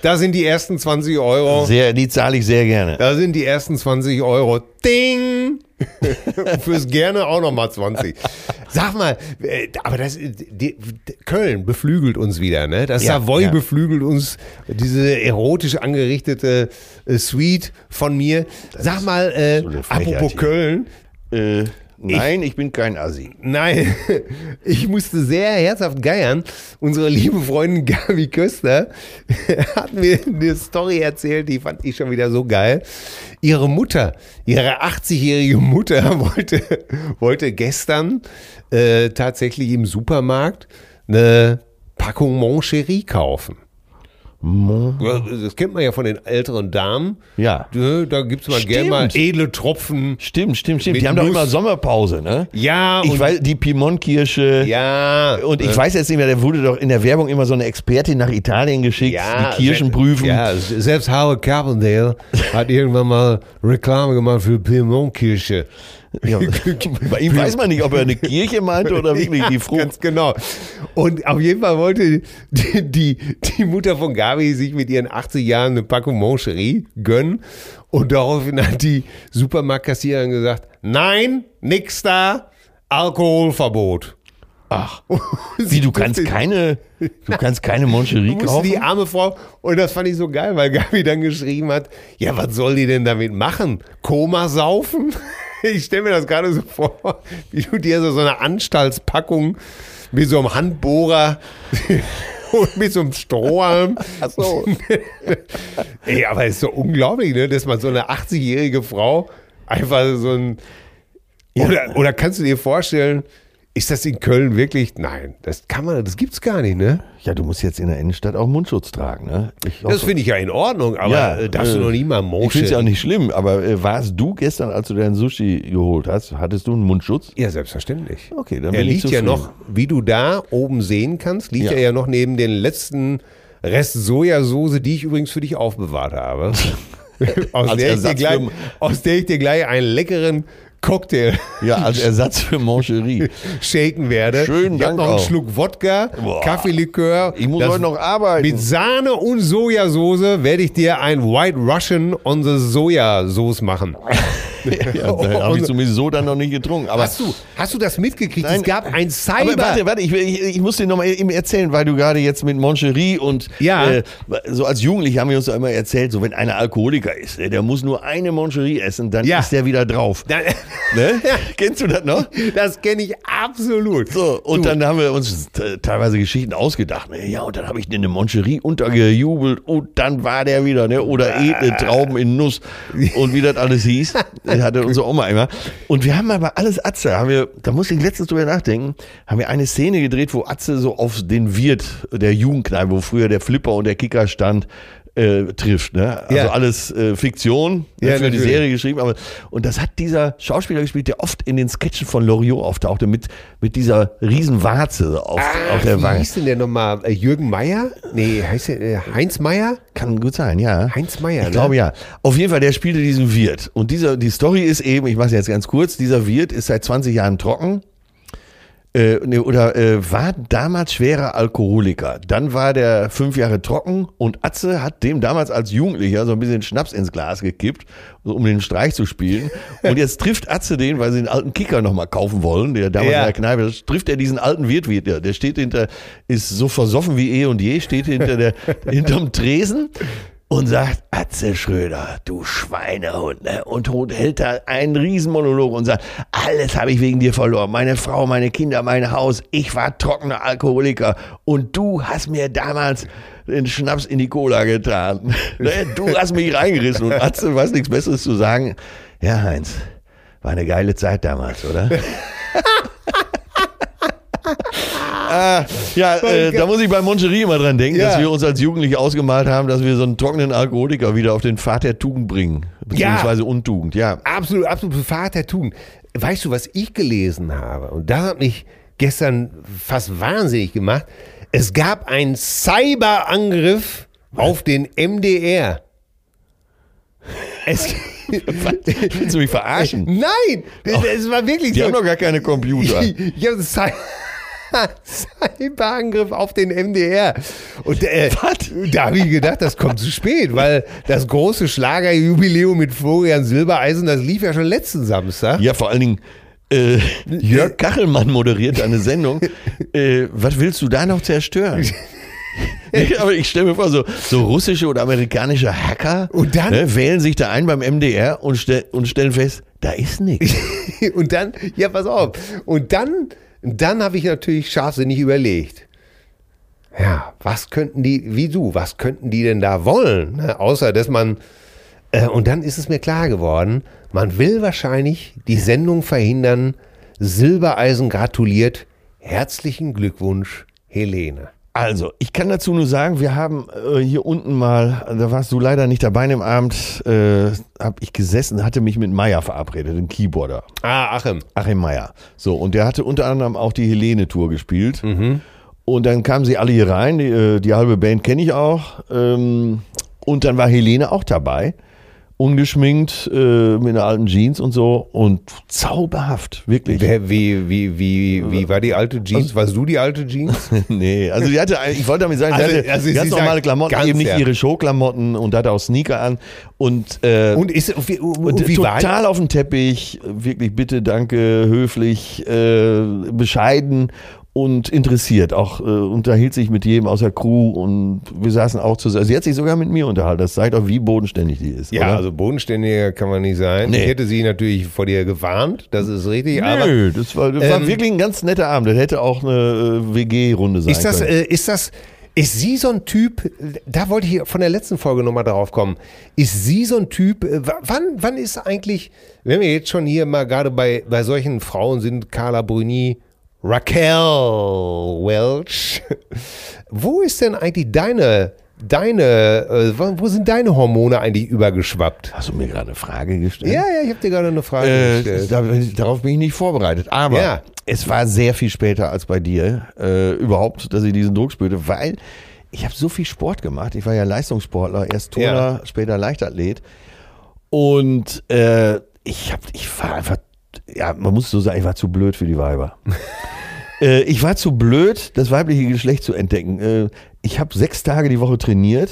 S2: Da sind die ersten 20 Euro.
S3: Sehr, die zahle ich sehr gerne.
S2: Da sind die ersten 20 Euro. Ding. Fürs gerne auch nochmal 20. Sag mal, äh, aber das äh, die, Köln beflügelt uns wieder, ne? Das
S3: Ja,
S2: Savoy
S3: ja.
S2: beflügelt uns diese erotisch angerichtete äh, Suite von mir. Sag mal, äh,
S3: so eine Frechheit
S2: apropos
S3: hier.
S2: Köln,
S3: Äh, nein, ich bin kein Assi.
S2: Nein, ich musste sehr herzhaft geiern. Unsere liebe Freundin Gabi Köster hat mir eine Story erzählt, die fand ich schon wieder so geil. Ihre Mutter, ihre 80-jährige Mutter wollte, wollte gestern äh, tatsächlich im Supermarkt eine Packung Mon Chéri kaufen. Ja, Das kennt man ja von den älteren Damen.
S3: Ja.
S2: Ne, Da gibt es mal gerne mal
S3: Stimmt.
S2: edle Tropfen.
S3: Stimmt, stimmt, stimmt.
S2: Mit
S3: die haben
S2: Nuss.
S3: doch immer Sommerpause, ne?
S2: Ja,
S3: Ich weiß, die Piemont-Kirsche.
S2: ja.
S3: Und ich weiß jetzt nicht mehr, da wurde doch in der Werbung immer so eine Expertin nach Italien geschickt, die Kirschen
S2: se-
S3: prüfen.
S2: Ja, se- selbst Howard Carpendale hat irgendwann mal Reklame gemacht für Piemont-Kirche.
S3: Ja, Bei ihm weiß man nicht, ob er eine Kirche meinte oder wirklich die Frucht.
S2: Ganz genau. Und auf jeden Fall wollte die, die, die Mutter von Gabi sich mit ihren 80 Jahren eine Packung Moncherie gönnen. Und daraufhin hat die Supermarktkassiererin gesagt, nein, nix da, Alkoholverbot.
S3: Ach,
S2: Sie
S3: wie, du kannst
S2: durfte-
S3: keine, du kannst keine Moncherie
S2: Du musst die
S3: kaufen?
S2: arme Frau, und das fand ich so geil, weil Gabi dann geschrieben hat, ja, was soll die denn damit machen? Koma saufen? Ich stelle mir das gerade so vor, wie du dir so, so eine Anstaltspackung mit so einem Handbohrer und mit so einem Strohhalm. Ach so. Ey, aber ist so unglaublich, ne, dass man so eine 80-jährige Frau einfach so ein... Oder, oder kannst du dir vorstellen, ist das in Köln wirklich? Nein, das kann man, das gibt's gar nicht, ne?
S3: Ja, du musst jetzt in der Innenstadt auch Mundschutz tragen, ne? Ich
S2: Das finde ich ja in Ordnung, aber äh, darfst du
S3: äh,
S2: noch nie mal
S3: Ich finde es ja auch
S2: Motion.
S3: nicht schlimm, aber äh, warst du gestern, als du deinen Sushi geholt hast, hattest du einen Mundschutz?
S2: Ja, selbstverständlich.
S3: Okay, dann
S2: er
S3: bin ich
S2: liegt ja
S3: zufrieden.
S2: noch, wie du da oben sehen kannst, liegt
S3: Ja.
S2: ja. er ja noch neben den letzten Rest Sojasauce, die ich übrigens für dich aufbewahrt habe. aus, der ich dir
S3: Ersatz
S2: gleich,
S3: für-
S2: aus der ich dir gleich einen leckeren Cocktail
S3: Ja, als Ersatz für Moncherie.
S2: shaken werde.
S3: Schönen
S2: ich hab
S3: Dank
S2: noch einen
S3: auch.
S2: Schluck Wodka,
S3: Boah.
S2: Kaffeelikör.
S3: Ich muss
S2: das
S3: heute noch arbeiten.
S2: Mit Sahne und Sojasauce werde ich dir ein White Russian on the Sojasauce machen.
S3: Ja, da habe ich zumindest so dann noch nicht getrunken. Aber
S2: Hast du, hast du das mitgekriegt?
S3: Nein.
S2: es gab ein
S3: Aber
S2: Cyber.
S3: warte, warte, ich, will- ich, ich muss dir nochmal eben erzählen, weil du gerade jetzt mit Moncherie und
S2: Ja.
S3: äh, so als Jugendliche haben wir uns ja immer erzählt, so wenn einer Alkoholiker ist, ne, der muss nur eine Moncherie essen, dann
S2: Ja.
S3: ist der wieder drauf. Ne? Kennst du das noch?
S2: das kenne ich absolut.
S3: So, und dann haben wir uns äh, teilweise Geschichten ausgedacht. Ne? Ja, und dann habe ich den eine Moncherie untergejubelt und dann war der wieder, ne? Oder
S2: Ah.
S3: edle Trauben in Nuss und wie das alles hieß. Das hatte unsere Oma immer. Und wir haben aber alles Atze, haben wir, da musste ich letztens drüber nachdenken, haben wir eine Szene gedreht, wo Atze so auf den Wirt der Jugendkneipe, wo früher der Flipper und der Kicker stand, äh, trifft. Ne? Also
S2: Ja.
S3: alles äh, Fiktion,
S2: Ja,
S3: für die
S2: natürlich.
S3: Serie geschrieben, aber und das hat dieser Schauspieler gespielt, der oft in den Sketchen von Loriot auftauchte mit mit dieser riesen Warze auf, auf der
S2: Wie
S3: Wange.
S2: hieß denn der nochmal? Äh, Jürgen Meier? Nee, heißt der äh, Heinz Meier?
S3: Kann gut sein, ja.
S2: Heinz Meier,
S3: Ich
S2: ne?
S3: glaube ja. Auf jeden Fall, der spielte diesen Wirt. Und dieser, die Story ist eben, ich mache es jetzt ganz kurz, dieser Wirt ist seit 20 Jahren trocken. Äh, äh, nee, oder äh, war damals schwerer Alkoholiker. Dann war der fünf Jahre trocken und Atze hat dem damals als Jugendlicher so ein bisschen Schnaps ins Glas gekippt, so um den Streich zu spielen. Und jetzt trifft Atze den, weil sie den alten Kicker nochmal kaufen wollen, der damals
S2: Ja.
S3: in der Kneipe, trifft er diesen alten Wirt wieder. Der steht hinter, ist so versoffen wie eh und je, steht hinter der, hinterm Tresen und sagt, Atze Schröder, du Schweinehund, ne? und Hund hält da einen Riesenmonolog und sagt, alles habe ich wegen dir verloren, meine Frau, meine Kinder, mein Haus, ich war trockener Alkoholiker und du hast mir damals den Schnaps in die Cola getan. Ne? Du hast mich reingerissen und Atze weiß nichts Besseres zu sagen. Ja, Heinz, war eine geile Zeit damals, oder? Ja, äh, da muss ich bei Moncherie immer dran denken,
S2: Ja.
S3: dass wir uns als Jugendliche ausgemalt haben, dass wir so einen trockenen Alkoholiker wieder auf den Pfad der Tugend bringen. Beziehungsweise Untugend, ja.
S2: Absolut, absolut Vater tun. Weißt du, was ich gelesen habe? Und da hat mich gestern fast wahnsinnig gemacht. Es gab einen Cyberangriff auf den MDR. Es,
S3: Willst du mich verarschen?
S2: nein, es war wirklich
S3: Die
S2: so.
S3: haben doch gar keine Computer.
S2: Ja, Cy Cyberangriff auf den MDR. Und äh, da habe ich gedacht, das kommt zu spät, weil das große Schlagerjubiläum mit Florian Silbereisen, das lief ja schon letzten Samstag.
S3: Ja, vor allen Dingen, äh, Jörg Kachelmann moderiert eine Sendung. äh, was willst du da noch zerstören? Nee, Aber ich stelle mir vor, so, so russische oder amerikanische Hacker
S2: Und dann-
S3: ne, wählen sich da ein beim MDR und, ste und stellen fest, da ist nichts.
S2: Und dann, ja, pass auf. Und dann, dann habe ich natürlich scharfsinnig überlegt. Ja, was könnten die, wie du, was könnten die denn da wollen? Ne? Außer, dass man, äh, und dann ist es mir klar geworden, man will wahrscheinlich die Sendung verhindern. Silbereisen gratuliert. Herzlichen Glückwunsch, Helene.
S3: Also, ich kann dazu nur sagen, wir haben äh, hier unten mal, da warst du leider nicht dabei in dem Abend, äh, habe ich gesessen, hatte mich mit Meier verabredet, dem Keyboarder,
S2: Ah, Achim.
S3: Achim Meier. So, und der hatte unter anderem auch die Helene-Tour gespielt. Und dann kamen sie alle hier rein, die, äh, die halbe Band kenne ich auch. Ähm, und dann war Helene auch dabei, ungeschminkt, äh, mit einer alten Jeans und so. Und zauberhaft, wirklich.
S2: Wer, wie, wie, wie, wie war die alte Jeans? Warst du die alte Jeans?
S3: Nee, also die hatte, ein- ich wollte damit sagen, sie
S2: Also-
S3: hatte
S2: also sie
S3: ganz normale
S2: sagt
S3: Klamotten,
S2: ganz,
S3: eben nicht
S2: ja.
S3: ihre Showklamotten und hatte auch Sneaker an und, äh,
S2: Und, ist, und, wie-
S3: und
S2: und wie war
S3: total auf dem Teppich, wirklich bitte, danke, höflich, äh, bescheiden und interessiert. Auch äh, unterhielt sich mit jedem aus der Crew und wir saßen auch zusammen. Sie hat sich sogar mit mir unterhalten. Das zeigt auch, wie bodenständig die ist.
S2: Ja,
S3: oder?
S2: also bodenständiger kann man nicht sein.
S3: Nee.
S2: Ich hätte sie natürlich vor dir gewarnt, das ist richtig, aber
S3: Nö, das war, das war
S2: Ähm,
S3: wirklich ein ganz netter Abend. Das hätte auch eine äh, WG-Runde sein
S2: ist das,
S3: können.
S2: äh, ist das, ist sie so ein Typ, da wollte ich von der letzten Folge nochmal drauf kommen, ist sie so ein Typ, äh, wa- wann, wann ist eigentlich, wenn wir jetzt schon hier mal gerade bei, bei solchen Frauen sind, Carla Bruni, Raquel Welch, wo ist denn eigentlich deine, deine, äh, wo sind deine Hormone eigentlich übergeschwappt?
S3: Hast du mir gerade eine Frage gestellt?
S2: Ja, ja, ich habe dir gerade eine Frage
S3: Äh,
S2: gestellt.
S3: da, darauf bin ich nicht vorbereitet. Aber
S2: Ja.
S3: es war sehr viel später als bei dir äh, überhaupt, dass ich diesen Druck spürte, weil ich habe so viel Sport gemacht. Ich war ja Leistungssportler, erst Turner, später Leichtathlet. Und äh, ich, hab, ich war einfach, ja, man muss so sagen, ich war zu blöd für die Weiber. Äh, ich war zu blöd, das weibliche Geschlecht zu entdecken. Äh, ich habe sechs Tage die Woche trainiert,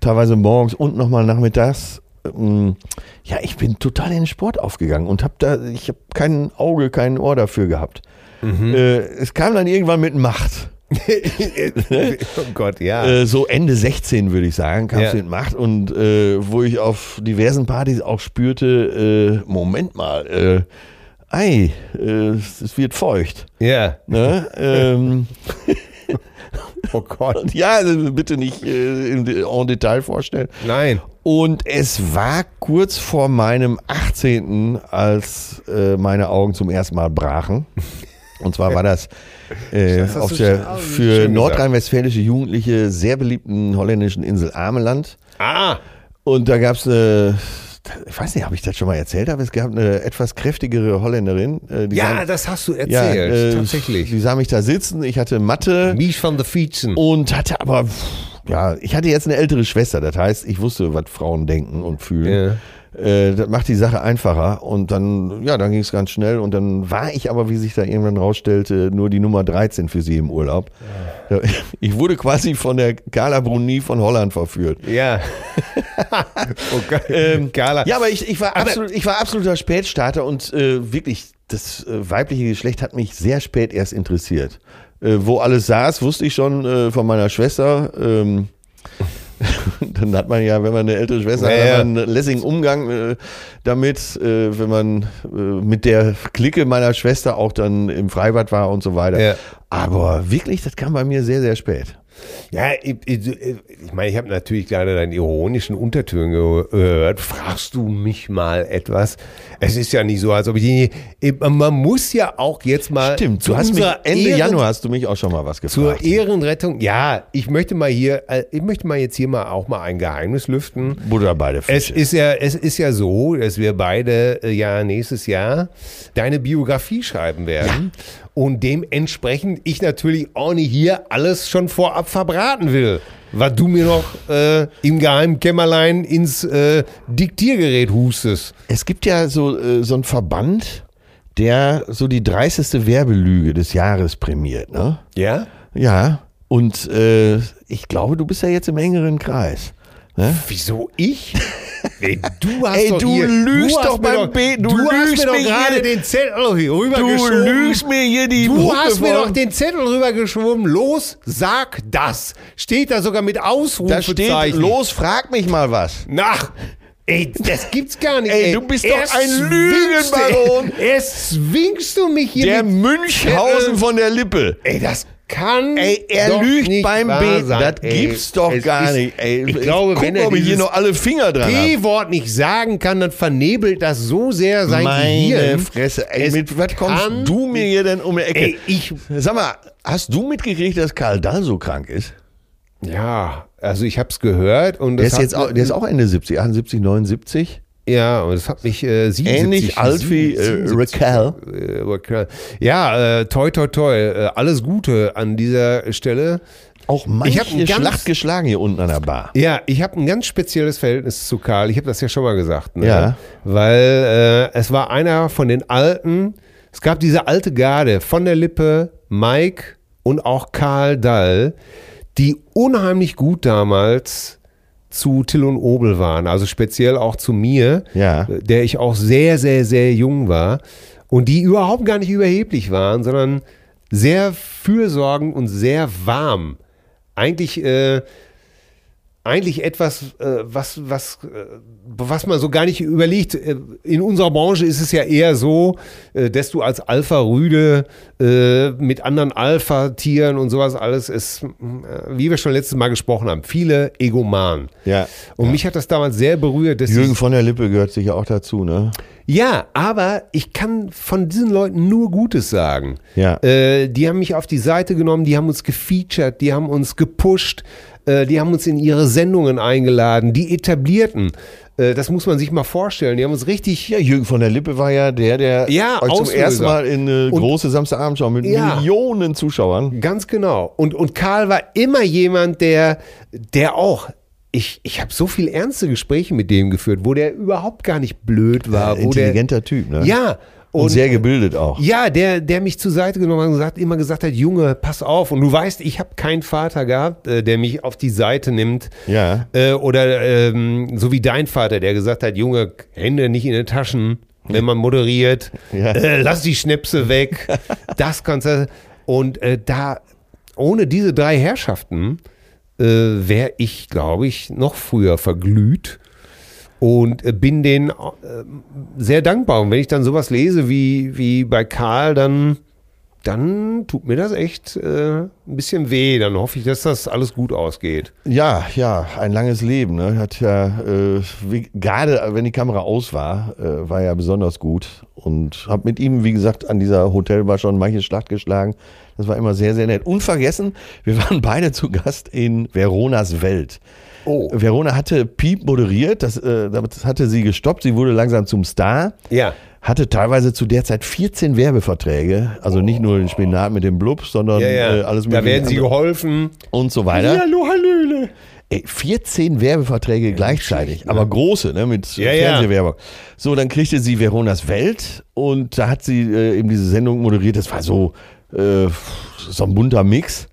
S3: teilweise morgens und nochmal nachmittags. Ähm, ja, ich bin total in den Sport aufgegangen und habe da, ich habe kein Auge, kein Ohr dafür gehabt.
S2: Mhm.
S3: Äh, es kam dann irgendwann mit Macht.
S2: oh Gott, ja.
S3: Äh, so Ende 16 würde ich sagen, kam es
S2: Ja.
S3: mit Macht und äh, wo ich auf diversen Partys auch spürte, äh, Moment mal, äh, ei, äh, es es wird feucht.
S2: ja.
S3: Ne? ähm,
S2: Oh Gott.
S3: Und ja, also bitte nicht äh, im De- en Detail vorstellen.
S2: Nein.
S3: Und es war kurz vor meinem 18., als äh, meine Augen zum ersten Mal brachen. Und zwar war das, äh,
S2: Das hast
S3: auf
S2: du
S3: der
S2: schon-
S3: für
S2: schön gesagt.
S3: nordrhein-westfälische Jugendliche sehr beliebten holländischen Insel Ameland.
S2: Ah,
S3: Und da gab's eine, ich weiß nicht, ob ich das schon mal erzählt habe, es gab eine etwas kräftigere Holländerin. äh, Die
S2: ja,
S3: sah-
S2: das hast du erzählt,
S3: ja, äh,
S2: tatsächlich.
S3: Die sah mich da sitzen, ich hatte Mathe.
S2: Mies van der Fietsen.
S3: Und hatte aber, pff, ja, ich hatte jetzt eine ältere Schwester, das heißt, ich wusste, was Frauen denken und fühlen. Äh, das macht die Sache einfacher. Und dann, ja, dann ging es ganz schnell. Und dann war ich aber, wie sich da irgendwann rausstellte, nur die Nummer 13 für sie im Urlaub. Da- Ich wurde quasi von der Carla Bruni von Holland verführt.
S2: Ja. Oh okay.
S3: Ähm,
S2: Carla.
S3: Ja, aber ich, ich, war, absolut, ich war absoluter Spätstarter und äh, wirklich, das äh, weibliche Geschlecht hat mich sehr spät erst interessiert. Äh, wo alles saß, wusste ich schon äh, von meiner Schwester. Ähm, dann hat man ja, wenn man eine ältere Schwester hat,
S2: Ja, ja.
S3: hat man einen lässigen Umgang äh, damit, äh, wenn man äh, mit der Clique meiner Schwester auch dann im Freibad war und so weiter.
S2: Ja.
S3: Aber wirklich, das kam bei mir sehr, sehr spät.
S2: Ja, ich, ich, ich meine, ich habe natürlich gerade deinen ironischen Untertönen gehört. Fragst du mich mal etwas? Es ist ja nicht so, als ob ich die. Man muss ja auch jetzt mal.
S3: Stimmt,
S2: zu
S3: du hast mich
S2: unserer
S3: Ende
S2: Ehren-
S3: Januar hast du mich auch schon mal was
S2: Zur
S3: gefragt.
S2: Ehrenrettung. Ja, ich möchte mal hier, äh, ich möchte mal jetzt hier mal auch mal ein Geheimnis lüften.
S3: Buddha bei der
S2: Es
S3: Fische.
S2: ist ja, es ist ja so, dass wir beide äh, ja nächstes Jahr deine Biografie schreiben werden. Und dementsprechend ich natürlich auch nicht hier alles schon vorab verbraten will, was du mir noch äh, im geheimen Kämmerlein ins äh, Diktiergerät hustest.
S3: Es gibt ja so, äh, so einen Verband, der so die dreisteste Werbelüge des Jahres prämiert, ne?
S2: Ja?
S3: Ja. Und äh, ich glaube, du bist ja jetzt im engeren Kreis. Ne?
S2: Wieso ich? Ey, du hast
S3: Ey,
S2: doch
S3: du
S2: hier,
S3: lügst
S2: hast
S3: doch
S2: mir
S3: beim Beten,
S2: Du,
S3: du
S2: hast
S3: lügst
S2: mir doch
S3: mir
S2: gerade
S3: hier-
S2: den Zettel hier rübergeschoben.
S3: mir hier die
S2: Du
S3: Brücke
S2: hast mir
S3: vor-
S2: doch den Zettel rübergeschwommen. Los, sag das. Steht da sogar mit
S3: Da steht,
S2: Ausrufezeichen.
S3: los, frag mich mal was.
S2: Nach. Ey, das gibt's gar nicht.
S3: Ey, du bist doch
S2: Erst
S3: ein
S2: zwingst-
S3: Lügenbaron.
S2: Erst zwingst du mich hier.
S3: Der
S2: mit,
S3: Münchhausen von der Lippe.
S2: ey, das kann.
S3: Äh, Ey, er
S2: doch
S3: lügt
S2: nicht
S3: beim
S2: wahr
S3: Beten.
S2: sein.
S3: Das
S2: Ey,
S3: gibt's doch
S2: es
S3: gar
S2: ist-
S3: nicht. Ey,
S2: ich glaube,
S3: guck,
S2: wenn er
S3: ob ich hier
S2: dieses
S3: noch alle Finger dran hab.
S2: P-Wort nicht sagen kann, dann vernebelt das so sehr sein
S3: Meine
S2: Gehirn.
S3: Fresse, ey,
S2: Es
S3: mit was
S2: kann-
S3: kommst du mir hier denn um die Ecke?
S2: Ey, ich-
S3: Sag mal, hast du mitgekriegt, dass Karl Dahl so krank ist?
S2: Ja, also ich hab's gehört und
S3: Der
S2: das
S3: ist,
S2: hat-
S3: jetzt auch, der ist auch Ende 70, 78, 79.
S2: Ja, und es hat mich äh, 77,
S3: Ähnlich alt wie äh,
S2: 77,
S3: Raquel.
S2: äh, Raquel. Ja, äh, toi toi toi, äh, alles Gute an dieser Stelle.
S3: Auch
S2: Ich
S3: manche
S2: hab einen ganz-
S3: Schlacht geschlagen hier unten an der Bar.
S2: Ja, ich habe ein ganz spezielles Verhältnis zu Karl. Ich habe das ja schon mal gesagt. Ne?
S3: Ja.
S2: Weil äh, es war einer von den Alten. Es gab diese alte Garde von der Lippe, Mike und auch Karl Dall, die unheimlich gut damals zu Till und Obel waren. Also speziell auch zu mir,
S3: Ja.
S2: äh, der ich auch sehr, sehr, sehr jung war. Und die überhaupt gar nicht überheblich waren, sondern sehr fürsorgend und sehr warm. Eigentlich äh, eigentlich etwas, äh, was, was, äh, was man so gar nicht überlegt. Äh, In unserer Branche ist es ja eher so, äh, dass du als Alpha-Rüde äh, mit anderen Alpha-Tieren und sowas alles ist, äh, wie wir schon letztes Mal gesprochen haben, viele Egomanen.
S3: Ja.
S2: Und mich hat das damals sehr berührt. Dass
S3: Jürgen
S2: ich,
S3: von der Lippe gehört sicher auch dazu, ne?
S2: ja, aber ich kann von diesen Leuten nur Gutes sagen.
S3: Ja.
S2: Äh, die haben mich auf die Seite genommen, die haben uns gefeatured, die haben uns gepusht, äh, die haben uns in ihre Sendungen eingeladen, die etablierten. Äh, das muss man sich mal vorstellen. Die haben uns richtig.
S3: Ja, Jürgen von der Lippe war ja der, der
S2: Ja,
S3: euch zum
S2: Auslöser.
S3: ersten Mal in eine
S2: Und-
S3: große Samstagabendshow mit
S2: Ja.
S3: Millionen Zuschauern.
S2: Ganz genau. Und, und Karl war immer jemand, der, der auch. Ich, ich habe so viel ernste Gespräche mit dem geführt, wo der überhaupt gar nicht blöd war. wo der-
S3: Äh, Intelligenter Typ, ne?
S2: Ja.
S3: Und, sehr gebildet auch.
S2: Ja, der, der mich zur Seite genommen hat und gesagt, immer gesagt hat, Junge, pass auf. Und du weißt, ich habe keinen Vater gehabt, äh, der mich auf die Seite nimmt.
S3: Ja.
S2: Äh, oder ähm, so wie dein Vater, der gesagt hat, Junge, Hände nicht in den Taschen, wenn man moderiert.
S3: Ja.
S2: Äh, lass die Schnäpse weg. das kannst du. Und äh, da, ohne diese drei Herrschaften, äh, wäre ich, glaube ich, noch früher verglüht. Und äh, bin denen sehr dankbar. Und wenn ich dann sowas lese wie, wie bei Karl, dann, dann tut mir das echt äh, ein bisschen weh. Dann hoffe ich, dass das alles gut ausgeht.
S3: Ja, ja, ein langes Leben. Ne? Hat ja, äh, wie, gerade äh, wenn die Kamera aus war, äh, war ja besonders gut. Und habe mit ihm, wie gesagt, an dieser Hotelbar schon manche Schlacht geschlagen. Das war immer sehr, sehr nett. Unvergessen, wir waren beide zu Gast in Veronas Welt.
S2: Oh.
S3: Verona hatte Piep moderiert, das, äh, das hatte sie gestoppt. Sie wurde langsam zum Star.
S2: Ja.
S3: Hatte teilweise zu der Zeit 14 Werbeverträge. Also nicht nur den Spinat mit dem Blub, sondern
S2: Oh. Ja, ja.
S3: Äh, alles
S2: da
S3: mögliche
S2: werden sie
S3: andere
S2: geholfen.
S3: und so weiter.
S2: Hallihallo, Hallöle.
S3: Ey, 14 Werbeverträge gleichzeitig, aber große, ne, mit
S2: Ja, ja.
S3: Fernsehwerbung. So, dann kriegte sie Veronas Welt und da hat sie äh, eben diese Sendung moderiert. Das war so, äh, so ein bunter Mix.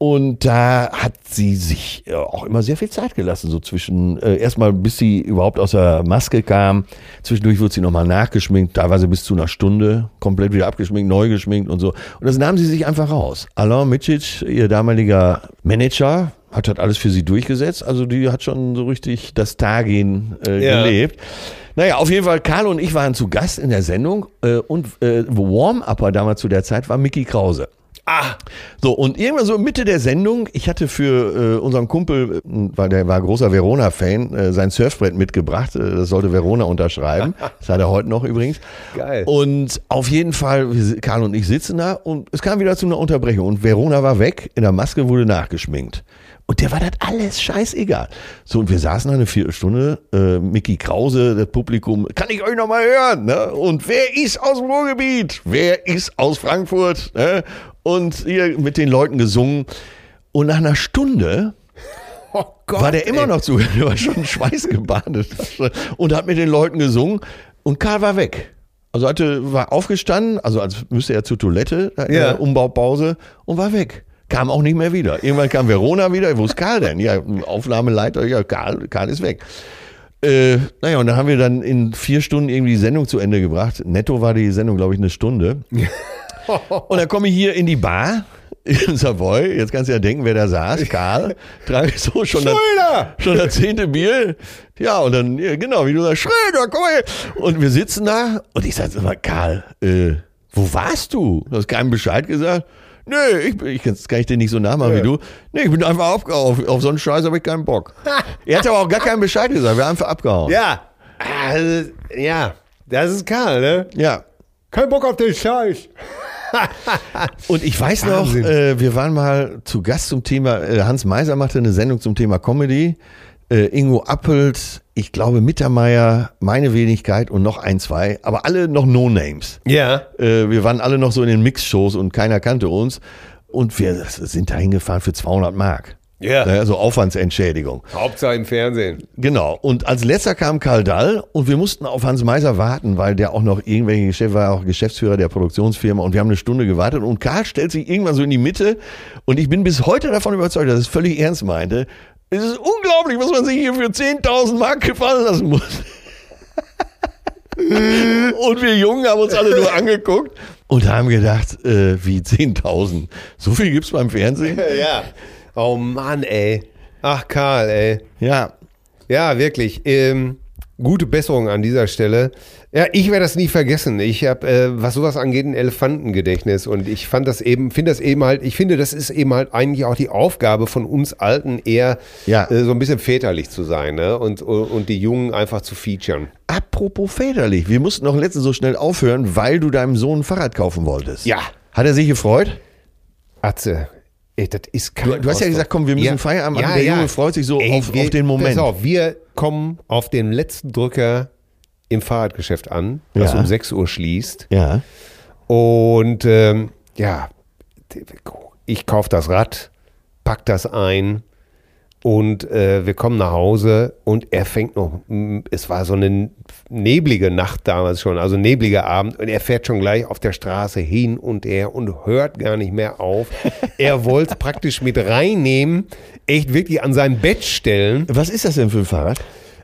S3: Und da hat sie sich äh, auch immer sehr viel Zeit gelassen, so zwischen, äh, erstmal bis sie überhaupt aus der Maske kam, zwischendurch wurde sie nochmal nachgeschminkt, teilweise bis zu einer Stunde, komplett wieder abgeschminkt, neu geschminkt und so. Und das nahm sie sich einfach raus. Alain Micic, ihr damaliger Manager, hat halt alles für sie durchgesetzt, also die hat schon so richtig das Tagehen äh,
S2: Ja.
S3: gelebt. Naja, auf jeden Fall, Karl und ich waren zu Gast in der Sendung äh, und äh, Warm-Upper damals zu der Zeit war Mickey Krause.
S2: Ah,
S3: So, und irgendwann so Mitte der Sendung, ich hatte für äh, unseren Kumpel, äh, weil der war großer Verona-Fan, äh, sein Surfbrett mitgebracht. Äh, das sollte Verona unterschreiben. Das hat er heute noch übrigens.
S2: Geil.
S3: Und auf jeden Fall, wir si- Karl und ich sitzen da und es kam wieder zu einer Unterbrechung. Und Verona war weg, in der Maske wurde nachgeschminkt. Und der war das alles scheißegal. So, und wir saßen da eine Viertelstunde, äh, Mickey Krause, das Publikum, kann ich euch nochmal hören? Ne? Und wer ist aus dem Ruhrgebiet? Wer ist aus Frankfurt? Ne? Und hier mit den Leuten gesungen. Und nach einer Stunde
S2: oh Gott.
S3: war der immer noch zu, der war schon schweißgebadet und hat mit den Leuten gesungen und Karl war weg. Also hatte, war aufgestanden, also als müsste er zur Toilette, da in
S2: Ja.
S3: der Umbaupause und war weg. Kam auch nicht mehr wieder. Irgendwann kam Verona wieder, wo ist Karl denn? Ja, Aufnahmeleiter, ja, Karl, Karl ist weg. Äh, naja, und dann haben wir dann in vier Stunden irgendwie die Sendung zu Ende gebracht. Netto war die Sendung, glaube ich, eine Stunde. Und dann komme ich hier in die Bar in Savoy. Jetzt kannst du ja denken, wer da saß. Karl. Trank so schon das,
S2: Schröder!
S3: schon das zehnte Bier. Ja, und dann, ja, genau, wie du sagst, Schröder, komm mal her. Und wir sitzen da und ich sage immer, Karl, äh, wo warst du? Du hast keinem Bescheid gesagt. Nö, ich, bin- ich das kann ich dir nicht so nachmachen
S2: Ja.
S3: wie du. Nee, ich bin einfach abgehauen. Auf, auf so einen Scheiß habe ich keinen Bock. er hat aber auch gar keinen Bescheid gesagt. Wir haben einfach abgehauen.
S2: Ja. Ah, das ist- ja, das ist Karl, ne?
S3: ja.
S2: Kein Bock auf den Scheiß.
S3: Und ich weiß
S2: Wahnsinn.
S3: noch, äh, wir waren mal zu Gast zum Thema, äh, Hans Meiser machte eine Sendung zum Thema Comedy. Äh, Ingo Appelt, ich glaube Mittermeier, meine Wenigkeit und noch ein, zwei, aber alle noch No-Names.
S2: Ja.
S3: Äh, wir waren alle noch so in den Mix-Shows und keiner kannte uns. Und wir sind da hingefahren für 200 Mark.
S2: Ja.
S3: Naja, so Aufwandsentschädigung.
S2: Hauptsache im Fernsehen.
S3: Genau. Und als letzter kam Karl Dall und wir mussten auf Hans Meiser warten, weil der auch noch irgendwelche Geschäfte war, auch Geschäftsführer der Produktionsfirma und wir haben eine Stunde gewartet und Karl stellt sich irgendwann so in die Mitte und ich bin bis heute davon überzeugt, dass er es völlig ernst meinte. Es ist unglaublich, was man sich hier für 10.000 Mark gefallen lassen muss. Und wir Jungen haben uns alle nur angeguckt und haben gedacht, äh, wie 10.000? So viel gibt's beim Fernsehen?
S2: Ja. Oh Mann, ey. Ach, Karl, ey.
S3: Ja,
S2: Ja, wirklich. Ähm, gute Besserung an dieser Stelle. Ja, ich werde das nie vergessen. Ich habe, äh, was sowas angeht, ein Elefantengedächtnis und ich fand das eben, finde das eben halt, ich finde, das ist eben halt eigentlich auch die Aufgabe von uns Alten, eher
S3: Ja.
S2: äh, so ein bisschen väterlich zu sein ne? und, und die Jungen einfach zu featuren.
S3: Apropos väterlich, wir mussten doch letztens so schnell aufhören, weil du deinem Sohn ein Fahrrad kaufen wolltest.
S2: Ja.
S3: Hat er sich gefreut?
S2: Atze, ey, das ist kein
S3: Du, du hast ja
S2: Ausdruck.
S3: gesagt, komm, wir müssen Feierabend machen. Der Junge freut sich so auf,
S2: wir,
S3: auf den Moment.
S2: Pass auf, wir kommen auf den letzten Drücker im Fahrradgeschäft an, das
S3: Ja.
S2: um 6 Uhr schließt.
S3: Ja.
S2: Und ähm, ja, ich kaufe das Rad, pack das ein und äh, wir kommen nach Hause und er fängt noch, mm, es war so eine neblige Nacht damals schon, also nebliger Abend und er fährt schon gleich auf der Straße hin und her und hört gar nicht mehr auf. Er wollte es praktisch mit reinnehmen, echt wirklich an sein Bett stellen.
S3: Was ist das denn für ein Fahrrad?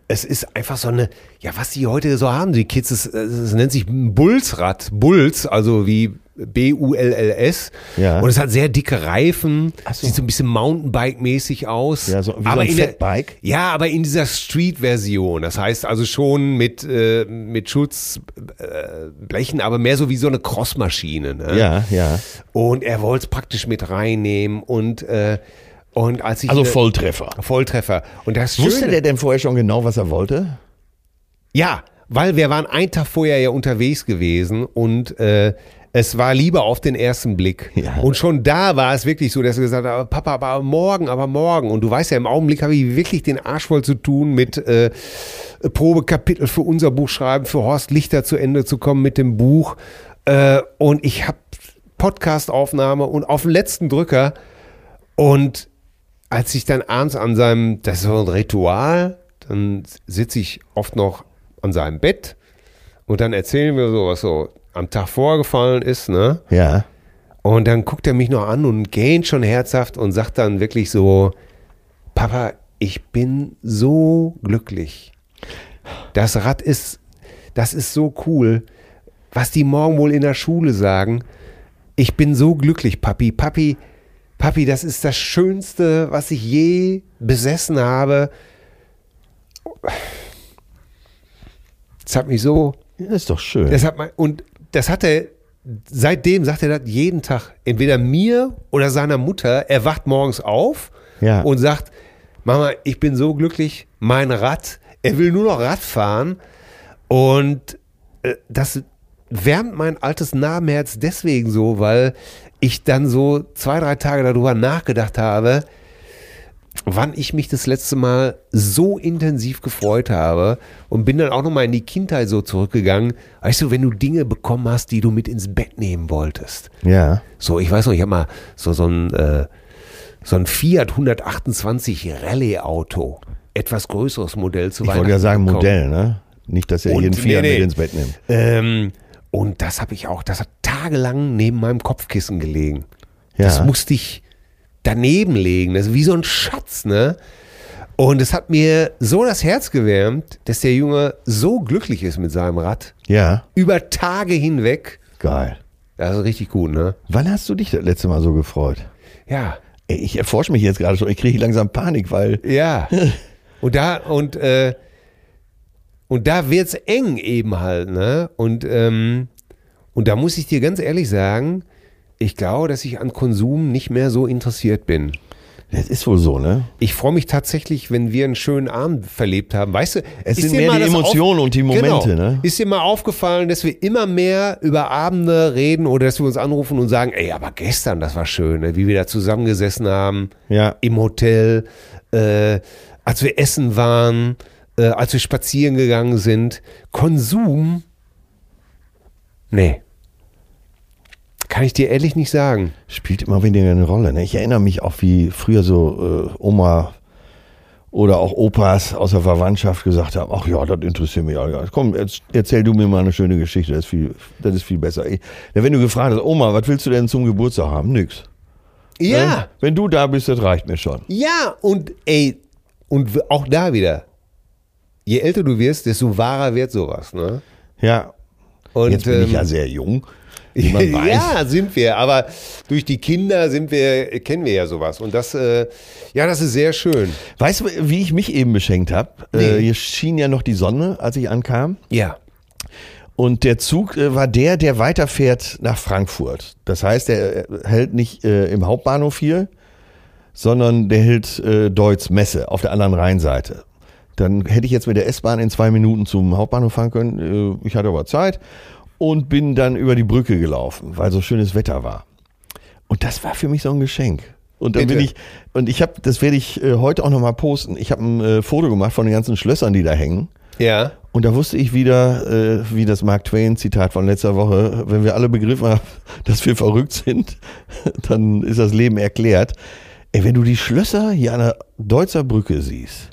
S2: Es ist einfach so eine, ja, was die heute so haben, die Kids, es, es nennt sich ein Bulsrad, Bulls, also wie B-U-L-L-S.
S3: Ja.
S2: Und es hat sehr dicke Reifen,
S3: Ach so.
S2: sieht so ein bisschen Mountainbike-mäßig aus.
S3: Ja, so wie so ein
S2: in der-
S3: Fatbike.
S2: Ja, aber in dieser Street-Version. Das heißt also schon mit, äh, mit Schutzblechen, aber mehr so wie so eine Crossmaschine. Ne?
S3: ja.
S2: Und er wollte es praktisch mit reinnehmen und, äh, und als ich.
S3: Also
S2: äh,
S3: Volltreffer.
S2: Volltreffer. Und das
S3: Wusste
S2: Schöne-
S3: der denn vorher schon genau, was er wollte?
S2: Ja, weil wir waren einen Tag vorher ja unterwegs gewesen und äh, es war lieber auf den ersten Blick.
S3: Ja.
S2: Und schon da war es wirklich so, dass er gesagt hat, aber Papa, aber morgen, aber morgen. Und du weißt ja, im Augenblick habe ich wirklich den Arsch voll zu tun mit äh, Probekapitel für unser Buch schreiben, für Horst Lichter zu Ende zu kommen mit dem Buch. Äh, und ich habe Podcastaufnahme und auf den letzten Drücker und als ich dann abends an seinem, das ist so ein Ritual, dann sitze ich oft noch an seinem Bett und dann erzählen wir so, was so am Tag vorgefallen ist, ne?
S3: Ja.
S2: Und dann guckt er mich noch an und gähnt schon herzhaft und sagt dann wirklich so, Papa, ich bin so glücklich. Das Rad ist, das ist so cool. Was die morgen wohl in der Schule sagen. Ich bin so glücklich, Papi. Papi, Papi, das ist das Schönste, was ich je besessen habe. Das hat mich so
S3: Das ist doch schön.
S2: das hat man, und das hat er, seitdem sagt er das jeden Tag. Entweder mir oder seiner Mutter. Er wacht morgens auf
S3: Ja.
S2: und sagt, Mama, ich bin so glücklich, mein Rad. Er will nur noch Rad fahren. Und äh, das wärmt mein altes Namenherz deswegen so, weil ich dann so zwei, drei Tage darüber nachgedacht habe, wann ich mich das letzte Mal so intensiv gefreut habe und bin dann auch nochmal in die Kindheit so zurückgegangen. Weißt du, wenn du Dinge bekommen hast, die du mit ins Bett nehmen wolltest.
S3: ja.
S2: So, ich weiß noch, ich habe mal so, so ein, äh, so ein Fiat 128 Rallye Auto. Etwas größeres Modell zu
S3: Ich wollte ja sagen
S2: bekommen.
S3: Modell, ne? Nicht, dass er
S2: Und-
S3: jeden
S2: nee,
S3: Fiat
S2: nee.
S3: mit ins Bett nimmt.
S2: Ähm, und das habe ich auch, das hat tagelang neben meinem Kopfkissen gelegen.
S3: Ja.
S2: Das musste ich daneben legen. Das ist wie so ein Schatz, ne? Und es hat mir so das Herz gewärmt, dass der Junge so glücklich ist mit seinem Rad.
S3: Ja.
S2: Über Tage hinweg.
S3: Geil.
S2: Das ist richtig gut, ne?
S3: Wann hast du dich das letzte Mal so gefreut?
S2: Ja.
S3: Ey, ich erforsche mich jetzt gerade schon. Ich kriege langsam Panik, weil
S2: Ja. Und da, und, äh, und da wird's eng eben halt, ne? Und, ähm, und da muss ich dir ganz ehrlich sagen, ich glaube, dass ich an Konsum nicht mehr so interessiert bin.
S3: das ist wohl so, ne?
S2: Ich freue mich tatsächlich, wenn wir einen schönen Abend verlebt haben. Weißt du,
S3: Es
S2: ist
S3: sind
S2: dir
S3: mehr
S2: mal
S3: die
S2: das
S3: Emotionen und die Momente,
S2: genau.
S3: ne?
S2: Ist dir mal aufgefallen, dass wir immer mehr über Abende reden oder dass wir uns anrufen und sagen, ey, aber gestern, das war schön, ne? wie wir da zusammengesessen haben
S3: Ja.
S2: im Hotel, äh, als wir essen waren, äh, als wir spazieren gegangen sind. Konsum? Nee. Kann ich dir ehrlich nicht sagen.
S3: Spielt immer weniger eine Rolle. Ne? Ich erinnere mich auch, wie früher so äh, Oma oder auch Opas aus der Verwandtschaft gesagt haben, ach ja, das interessiert mich auch gar nicht. Komm, jetzt erzähl du mir mal eine schöne Geschichte, das ist viel, das ist viel besser. Ich, Ja, wenn du gefragt hast, Oma, was willst du denn zum Geburtstag haben? Nix. Ne? Wenn du da bist, das reicht mir schon.
S2: Ja, und ey, und w- auch da wieder. Je älter du wirst, desto wahrer wird sowas, ne?
S3: Ja.
S2: Und,
S3: Jetzt bin ich ja
S2: ähm,
S3: sehr jung, wie man weiß.
S2: ja, sind wir, aber durch die Kinder sind wir, kennen wir ja sowas. Und das, äh, ja, das ist sehr schön.
S3: Weißt du, wie ich mich eben beschenkt habe?
S2: Nee.
S3: Äh, hier schien ja noch die Sonne, als ich ankam.
S2: Ja.
S3: Und der Zug äh, war der, der weiterfährt nach Frankfurt. Das heißt, der äh, hält nicht äh, im Hauptbahnhof hier, sondern der hält äh, Deutz Messe auf der anderen Rheinseite. Dann hätte ich jetzt mit der S-Bahn in zwei Minuten zum Hauptbahnhof fahren können. Äh, ich hatte aber Zeit und bin dann über die Brücke gelaufen, weil so schönes Wetter war. Und das war für mich so ein Geschenk. Und dann
S2: Bitte.
S3: bin ich und ich habe, das werde ich äh, heute auch noch mal posten. Ich habe ein äh, Foto gemacht von den ganzen Schlössern, die da hängen.
S2: Ja.
S3: Und da wusste ich wieder, äh, wie das Mark Twain-Zitat von letzter Woche, wenn wir alle begriffen haben, dass wir verrückt sind, dann ist das Leben erklärt. Ey, wenn du die Schlösser hier an der Deutzer Brücke siehst,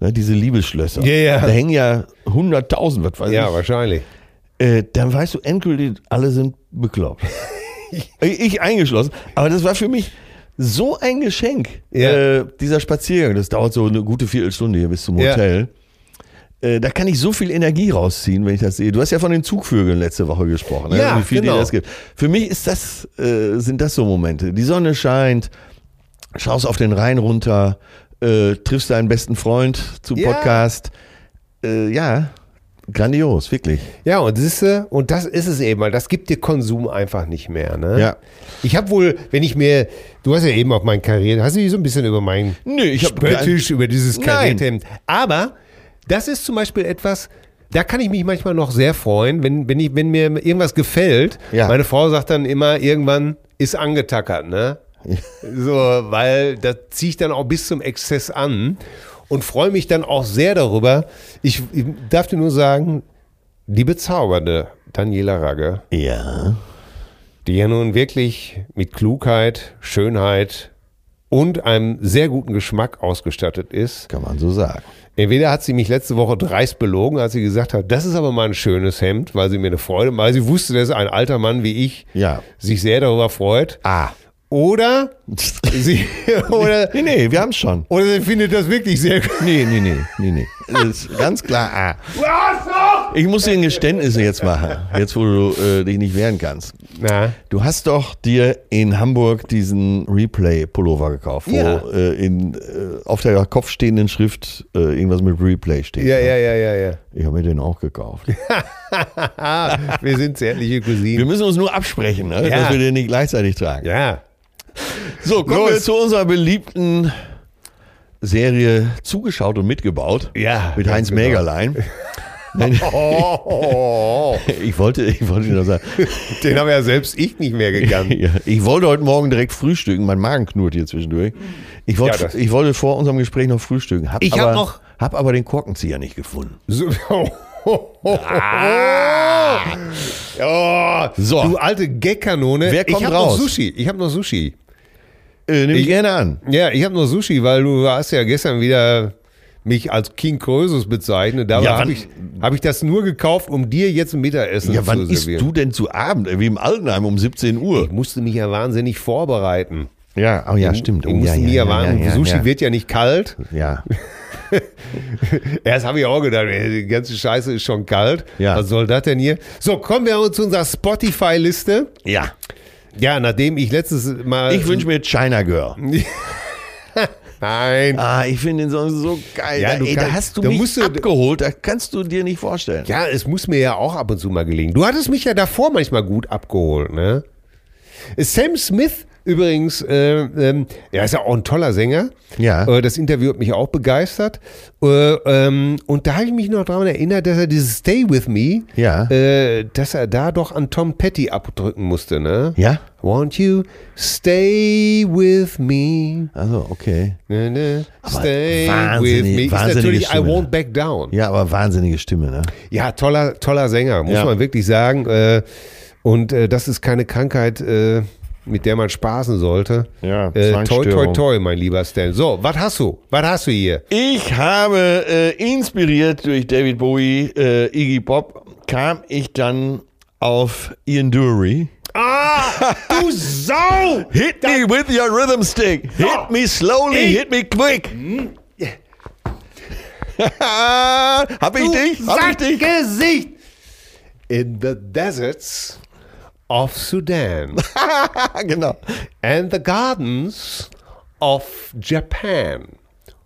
S3: ne, diese Liebesschlösser,
S2: Ja, ja.
S3: da hängen ja 100.000, was weiß
S2: Ja,
S3: Also ich,
S2: wahrscheinlich.
S3: äh, dann weißt du endgültig, alle sind bekloppt. ich, ich eingeschlossen. Aber das war für mich so ein Geschenk.
S2: Ja.
S3: Äh, dieser Spaziergang, das dauert so eine gute Viertelstunde hier bis zum
S2: Ja.
S3: Hotel. Äh, Da kann ich so viel Energie rausziehen, wenn ich das sehe. Du hast ja von den Zugvögeln letzte Woche gesprochen, ne?
S2: Ja,
S3: wie viel
S2: genau.
S3: die das gibt. Für mich ist das, äh, sind das so Momente. Die Sonne scheint, schaust auf den Rhein runter, äh, triffst deinen besten Freund zu
S2: Ja.
S3: Podcast. Äh, ja, grandios, wirklich.
S2: Ja, und siehste, und das ist es eben, weil das gibt dir Konsum einfach nicht mehr, ne?
S3: Ja.
S2: Ich habe wohl, wenn ich mir, du hast ja eben auf mein Karriere, hast du dich so ein bisschen über meinen
S3: Nö, ich hab-
S2: Spöttisch, über dieses
S3: Nein.
S2: Karierthemd. Aber das ist zum Beispiel etwas, da kann ich mich manchmal noch sehr freuen, wenn, wenn, ich, wenn mir irgendwas gefällt.
S3: Ja.
S2: Meine Frau sagt dann immer, irgendwann ist angetackert, ne? So, weil das ziehe ich dann auch bis zum Exzess an und freue mich dann auch sehr darüber. Ich, ich darf dir nur sagen, die bezaubernde Daniela Ragge,
S3: Ja.
S2: die ja nun wirklich mit Klugheit, Schönheit und einem sehr guten Geschmack ausgestattet ist.
S3: Kann man so sagen.
S2: Entweder hat sie mich letzte Woche dreist belogen, als sie gesagt hat, das ist aber mal ein schönes Hemd, weil sie mir eine Freude, weil sie wusste, dass ein alter Mann wie ich
S3: Ja.
S2: sich sehr darüber freut.
S3: Ah.
S2: Oder sie, oder,
S3: Nee, nee, wir haben's schon.
S2: oder sie findet das wirklich sehr gut.
S3: Nee, nee, nee, nee, nee. Das ist ganz klar A. Ich muss dir ein Geständnis jetzt machen, jetzt wo du äh, dich nicht wehren kannst.
S2: Na,
S3: Du hast doch dir in Hamburg diesen Replay-Pullover gekauft, wo
S2: Ja.
S3: äh, in, äh, auf der kopfstehenden Schrift äh, irgendwas mit Replay steht.
S2: ja, ja, ja, ja, ja.
S3: Ich habe mir den auch gekauft.
S2: Ah, wir sind zärtliche
S3: Wir
S2: Cousinen.
S3: müssen uns nur absprechen, ne?
S2: Ja.
S3: dass wir den nicht gleichzeitig tragen.
S2: Ja.
S3: So, kommen
S2: Los.
S3: wir zu unserer beliebten Serie zugeschaut und mitgebaut.
S2: Ja,
S3: Mit
S2: ganz
S3: Heinz
S2: genau.
S3: Mägerlein. Nein,
S2: Oh, oh, oh.
S3: ich wollte, ich wollte nur sagen,
S2: Den habe ja selbst ich nicht mehr gekannt.
S3: ja, ich wollte heute Morgen direkt frühstücken. Mein Magen knurrt hier zwischendurch. Ich wollte,
S2: Ja, das-
S3: ich wollte vor unserem Gespräch noch frühstücken. Hab
S2: Ich hab
S3: aber,
S2: noch-
S3: hab aber den Korkenzieher nicht gefunden.
S2: So, oh, oh, oh, oh.
S3: Ah. So.
S2: Du alte Gagkanone.
S3: Wer kommt
S2: ich hab
S3: raus?
S2: Noch Sushi. Ich habe noch Sushi.
S3: Äh, Nehme ich, gerne an.
S2: Ja, ich habe noch Sushi, weil du hast ja gestern wieder mich als King Krösus bezeichnet. Dabei
S3: Ja, wann-
S2: habe ich, hab ich das nur gekauft, um dir jetzt ein Mittagessen
S3: Ja, wann
S2: zu
S3: isst
S2: servieren.
S3: du denn zu Abend? Wie im Altenheim um 17 Uhr.
S2: Ich musste mich ja wahnsinnig vorbereiten.
S3: Ja, oh ja, stimmt.
S2: Ich
S3: Oh, ja,
S2: musste
S3: ja,
S2: mir ja,
S3: ja,
S2: warnen,
S3: ja, ja,
S2: Sushi
S3: ja.
S2: wird ja nicht kalt.
S3: Ja,
S2: Erst habe ich auch gedacht, ey, die ganze Scheiße ist schon kalt.
S3: Ja.
S2: Was soll das denn hier? So, kommen wir zu unserer Spotify-Liste.
S3: ja.
S2: Ja, nachdem ich letztes Mal.
S3: Ich wünsche mir China Girl.
S2: Nein.
S3: Ah, ich finde den Song so geil.
S2: Ja,
S3: Ja,
S2: du
S3: ey, da
S2: kannst-
S3: hast du
S2: da
S3: mich
S2: musst du-
S3: abgeholt, da kannst du dir nicht vorstellen.
S2: Ja, es muss mir ja auch ab und zu mal gelingen. Du hattest mich ja davor manchmal gut abgeholt, ne? Sam Smith übrigens, äh, ähm, er ist ja auch ein toller Sänger.
S3: Ja.
S2: Äh, das Interview hat mich auch begeistert. Äh, ähm, und da habe ich mich noch daran erinnert, dass er dieses Stay With Me,
S3: Ja.
S2: äh, dass er da doch an Tom Petty abdrücken musste, ne?
S3: Ja?
S2: Won't you stay with me?
S3: Also, okay.
S2: Ne, ne,
S3: Aber
S2: stay with
S3: wahnsinnig-
S2: me. Ist
S3: wahnsinnige
S2: natürlich I
S3: Stimme. ne?
S2: won't back down.
S3: Ja, aber wahnsinnige Stimme, ne?
S2: Ja, toller, toller Sänger, muss
S3: Ja.
S2: man wirklich sagen. Äh, Und äh, das ist keine Krankheit, äh, mit der man spaßen sollte.
S3: Ja,
S2: äh, toi, toi,
S3: Zwangsstörung.
S2: toi, mein lieber Stan. So, was hast du? Was hast du hier?
S3: Ich habe äh, inspiriert durch David Bowie, äh, Iggy Pop, kam ich dann auf Ian Dury.
S2: Ah, du Sau!
S3: Hit me with your rhythm stick. Hit me slowly, hit me quick. Hab ich dich? Hab ich dich?
S2: Gesicht! In the deserts of Sudan
S3: genau.
S2: and the gardens of Japan.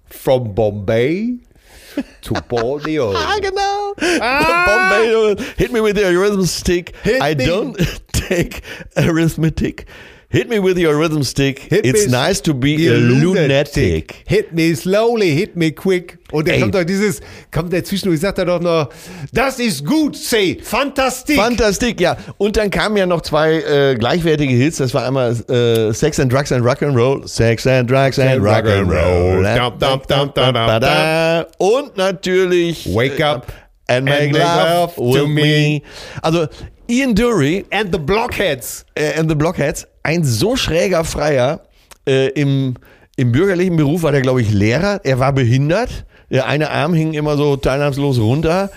S2: From Bombay to Borneo.
S3: Ah, genau. Bombay, hit me with your rhythm stick.
S2: Hit
S3: I
S2: me.
S3: don't take arithmetic. Hit me with your rhythm stick.
S2: Hit me
S3: It's
S2: s-
S3: nice to be, a lunatic.
S2: Hit me slowly, hit me quick. Und dann
S3: Ey.
S2: kommt doch dieses, kommt dazwischen, ich sagt er doch noch, das ist gut, say, fantastik.
S3: Fantastik, ja. Und dann kamen ja noch zwei äh, gleichwertige Hits. Das war einmal äh, Sex and Drugs and Rock'n'Roll. Sex and Drugs and Rock'n'Roll.
S2: Dum, dum, dum, dum, dum,
S3: Da-da. Und natürlich äh,
S2: Wake up
S3: and make love to me. Also Ian Dury
S2: and the blockheads.
S3: äh, and the Blockheads, ein so schräger Freier. Äh, im, Im bürgerlichen Beruf war der, glaube ich, Lehrer. Er war behindert. Der eine Arm hing immer so teilnahmslos runter.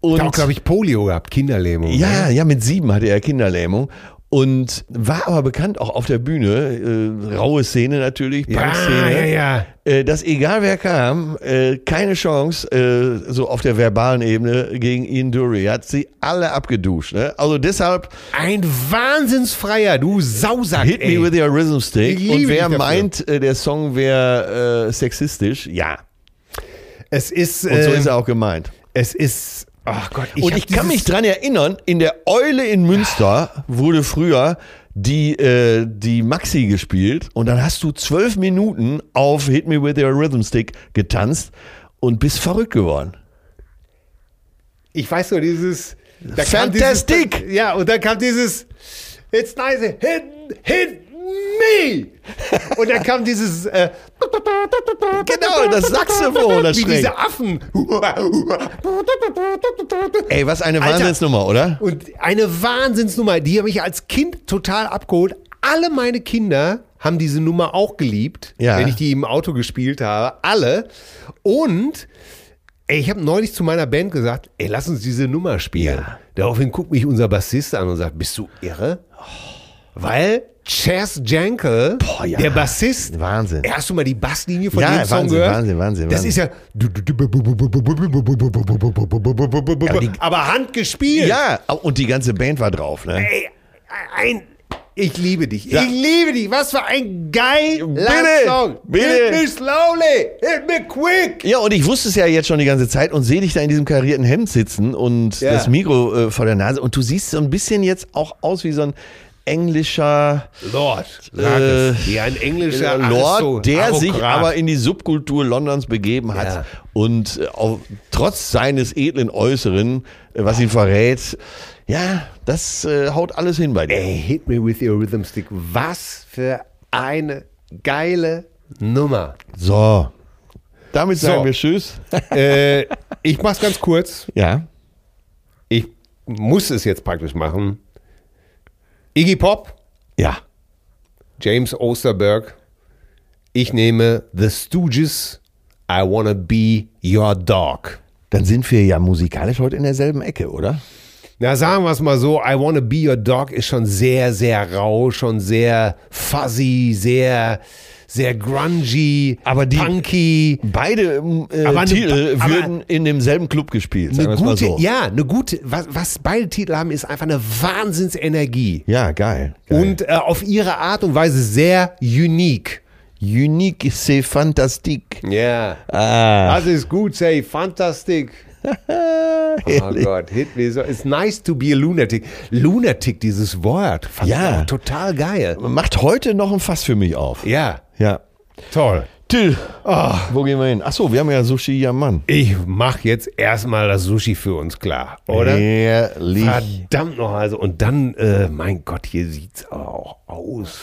S3: Und
S2: Hat auch, glaube ich, Polio gehabt, Kinderlähmung. ne?
S3: ja, ja, mit sieben hatte er Kinderlähmung. Und war aber bekannt auch auf der Bühne, äh, raue Szene natürlich,
S2: ja,
S3: Punkszene,
S2: Ah, ja, ja.
S3: Äh, dass egal wer kam, äh, keine Chance äh, so auf der verbalen Ebene gegen Ian Dury. Er hat sie alle abgeduscht. Ne? Also deshalb
S2: Ein Wahnsinnsfreier, du Sausack,
S3: Hit
S2: ey.
S3: me with your rhythm stick.
S2: Ich liebe
S3: Und
S2: dich
S3: wer
S2: dafür.
S3: meint, äh, der Song wäre äh, sexistisch, ja.
S2: Es ist,
S3: Und so
S2: ähm,
S3: ist er auch gemeint.
S2: es ist, ach Gott. Ich
S3: Und
S2: hab
S3: ich kann mich
S2: dieses-
S3: dran erinnern, in der Eule in Münster wurde früher die, äh, die Maxi gespielt und dann hast du zwölf Minuten auf Hit Me With Your Rhythm Stick getanzt und bist verrückt geworden.
S2: Ich weiß nur dieses. da kam
S3: Fantastic!
S2: Dieses, ja, und dann kam dieses. It's nice, hit, hit me! Und dann kam dieses. Äh,
S3: Genau, das Saxophon, das
S2: wie
S3: schlägt.
S2: diese Affen.
S3: Ey, was eine
S2: Alter.
S3: Wahnsinnsnummer, oder?
S2: Und eine Wahnsinnsnummer, die hat mich als Kind total abgeholt. Alle meine Kinder haben diese Nummer auch geliebt,
S3: Ja.
S2: wenn ich die im Auto gespielt habe. Alle. Und ey, ich habe neulich zu meiner Band gesagt, ey, lass uns diese Nummer spielen.
S3: Ja.
S2: Daraufhin guckt mich unser Bassist an und sagt, bist du irre? Weil Chas Jankel,
S3: Boah, ja.
S2: der Bassist,
S3: Wahnsinn.
S2: Ey, Hast du mal die Basslinie von
S3: Ja,
S2: dem Song
S3: Wahnsinn,
S2: gehört?
S3: Wahnsinn, Wahnsinn,
S2: Das
S3: Wahnsinn.
S2: ist ja. Aber, handgespielt.
S3: Ja, und die ganze Band war drauf, ne?
S2: Ey, ein. Ich liebe dich.
S3: Ja.
S2: Ich liebe dich. Was für ein geiler
S3: Bitte,
S2: Song.
S3: bitte.
S2: Hit me slowly. Hit me quick.
S3: Ja, und ich wusste es ja jetzt schon die ganze Zeit und sehe dich da in diesem karierten Hemd sitzen und
S2: Ja.
S3: das Mikro äh, vor der Nase. Und du siehst so ein bisschen jetzt auch aus wie so ein englischer
S2: Lord,
S3: sag es.
S2: Wie ein englischer
S3: Äh, Lord,
S2: Aristo-
S3: der sich
S2: Arokrat.
S3: aber in die Subkultur Londons begeben hat
S2: Ja.
S3: und äh, auch, trotz seines edlen Äußeren, äh, was ihn verrät, ja, das äh, haut alles hin bei dir.
S2: Ey, hit me with your rhythm stick. Was für eine geile Nummer.
S3: So. Damit
S2: So.
S3: sagen wir Tschüss.
S2: äh, ich mach's ganz kurz.
S3: Ja.
S2: ich muss es jetzt praktisch machen. Iggy Pop,
S3: Ja.
S2: James Osterberg. Ich nehme The Stooges. I wanna be your dog.
S3: Dann sind wir ja musikalisch heute in derselben Ecke, oder?
S2: Na, sagen wir es mal so, I wanna be your dog ist schon sehr, sehr rau, schon sehr fuzzy, sehr, sehr grungy,
S3: Aber die-
S2: punky.
S3: Beide ähm, äh,
S2: Aber eine-
S3: Titel
S2: aber-
S3: würden in demselben Club gespielt,
S2: Eine
S3: sagen wir es mal
S2: gute,
S3: so.
S2: ja, eine gute, was, was beide Titel haben, ist einfach eine Wahnsinnsenergie.
S3: ja, geil. geil.
S2: Und äh, auf ihre Art und Weise sehr unique.
S3: Unique c'est fantastique.
S2: Ja.
S3: Ah,
S2: Das ist gut, say, fantastic. Oh
S3: herrlich.
S2: Gott, hit me so. It's nice to be a lunatic. Lunatic, dieses Wort. Fand ich
S3: Ja.
S2: auch Total geil.
S3: Macht heute noch ein Fass für mich auf.
S2: Ja.
S3: Ja.
S2: Toll.
S3: Till, ah, wo gehen wir hin? Achso, wir haben ja Sushi ja Mann.
S2: Ich mach jetzt erstmal das Sushi für uns klar, oder?
S3: Herrlich.
S2: Verdammt noch, also. Und dann, äh, mein Gott, hier sieht's aber auch aus.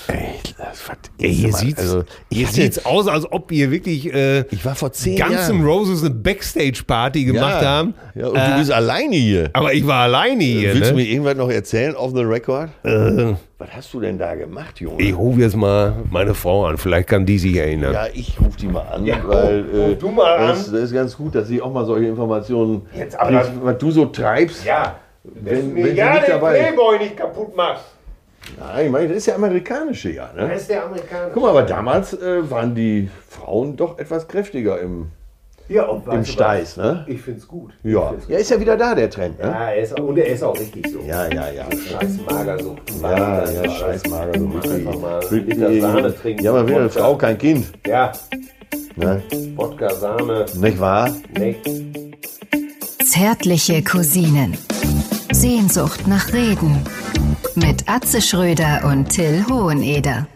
S2: Ey, hier
S3: mal,
S2: sieht's,
S3: also, ich
S2: hier
S3: hatte-
S2: sieht's aus, als ob ihr wirklich äh,
S3: Ich war vor zehn
S2: ganzen
S3: Jahren.
S2: Roses eine Backstage-Party
S3: Ja.
S2: gemacht haben. Äh,
S3: Ja, und du bist alleine hier.
S2: Aber ich war alleine hier.
S3: Willst
S2: ne? Äh.
S3: du mir irgendwas noch erzählen, off the record? Was hast du denn da gemacht, Junge?
S2: Ich rufe jetzt mal meine Frau an, vielleicht kann die sich erinnern.
S3: Ja, ich rufe die mal an,
S2: Ja,
S3: weil
S2: ruf- ruf du mal
S3: das,
S2: an.
S3: das ist ganz gut, dass ich auch mal solche Informationen
S2: Jetzt aber-
S3: krieg, was du so treibst.
S2: Ja,
S3: wenn- wenn sie nicht dabei ist.
S2: nicht kaputt machst.
S3: Nein, ich meine, das ist ja amerikanische ja. Ne?
S2: ist der Amerikaner.
S3: Guck mal, aber damals äh, waren die Frauen doch etwas kräftiger im,
S2: ja, und
S3: im Steiß, ne?
S2: Ich find's gut.
S3: Ja. ja, ist ja wieder da der Trend, ne?
S2: er ist, und er ist auch richtig so.
S3: Ja, ja, ja.
S2: Scheiß Magersucht.
S3: Ja, ja, scheiß Mager, so willst du einfach mal.
S2: Will Liter Sahne trinken.
S3: Ja, man will eine
S2: Wodka.
S3: Frau, kein Kind.
S2: Ja,
S3: Ne?
S2: Wodka, Sahne,
S3: Nicht wahr?
S2: Neck.
S1: Zärtliche Cousinen. Sehnsucht nach Reden. Mit Atze Schröder und Till Hoheneder.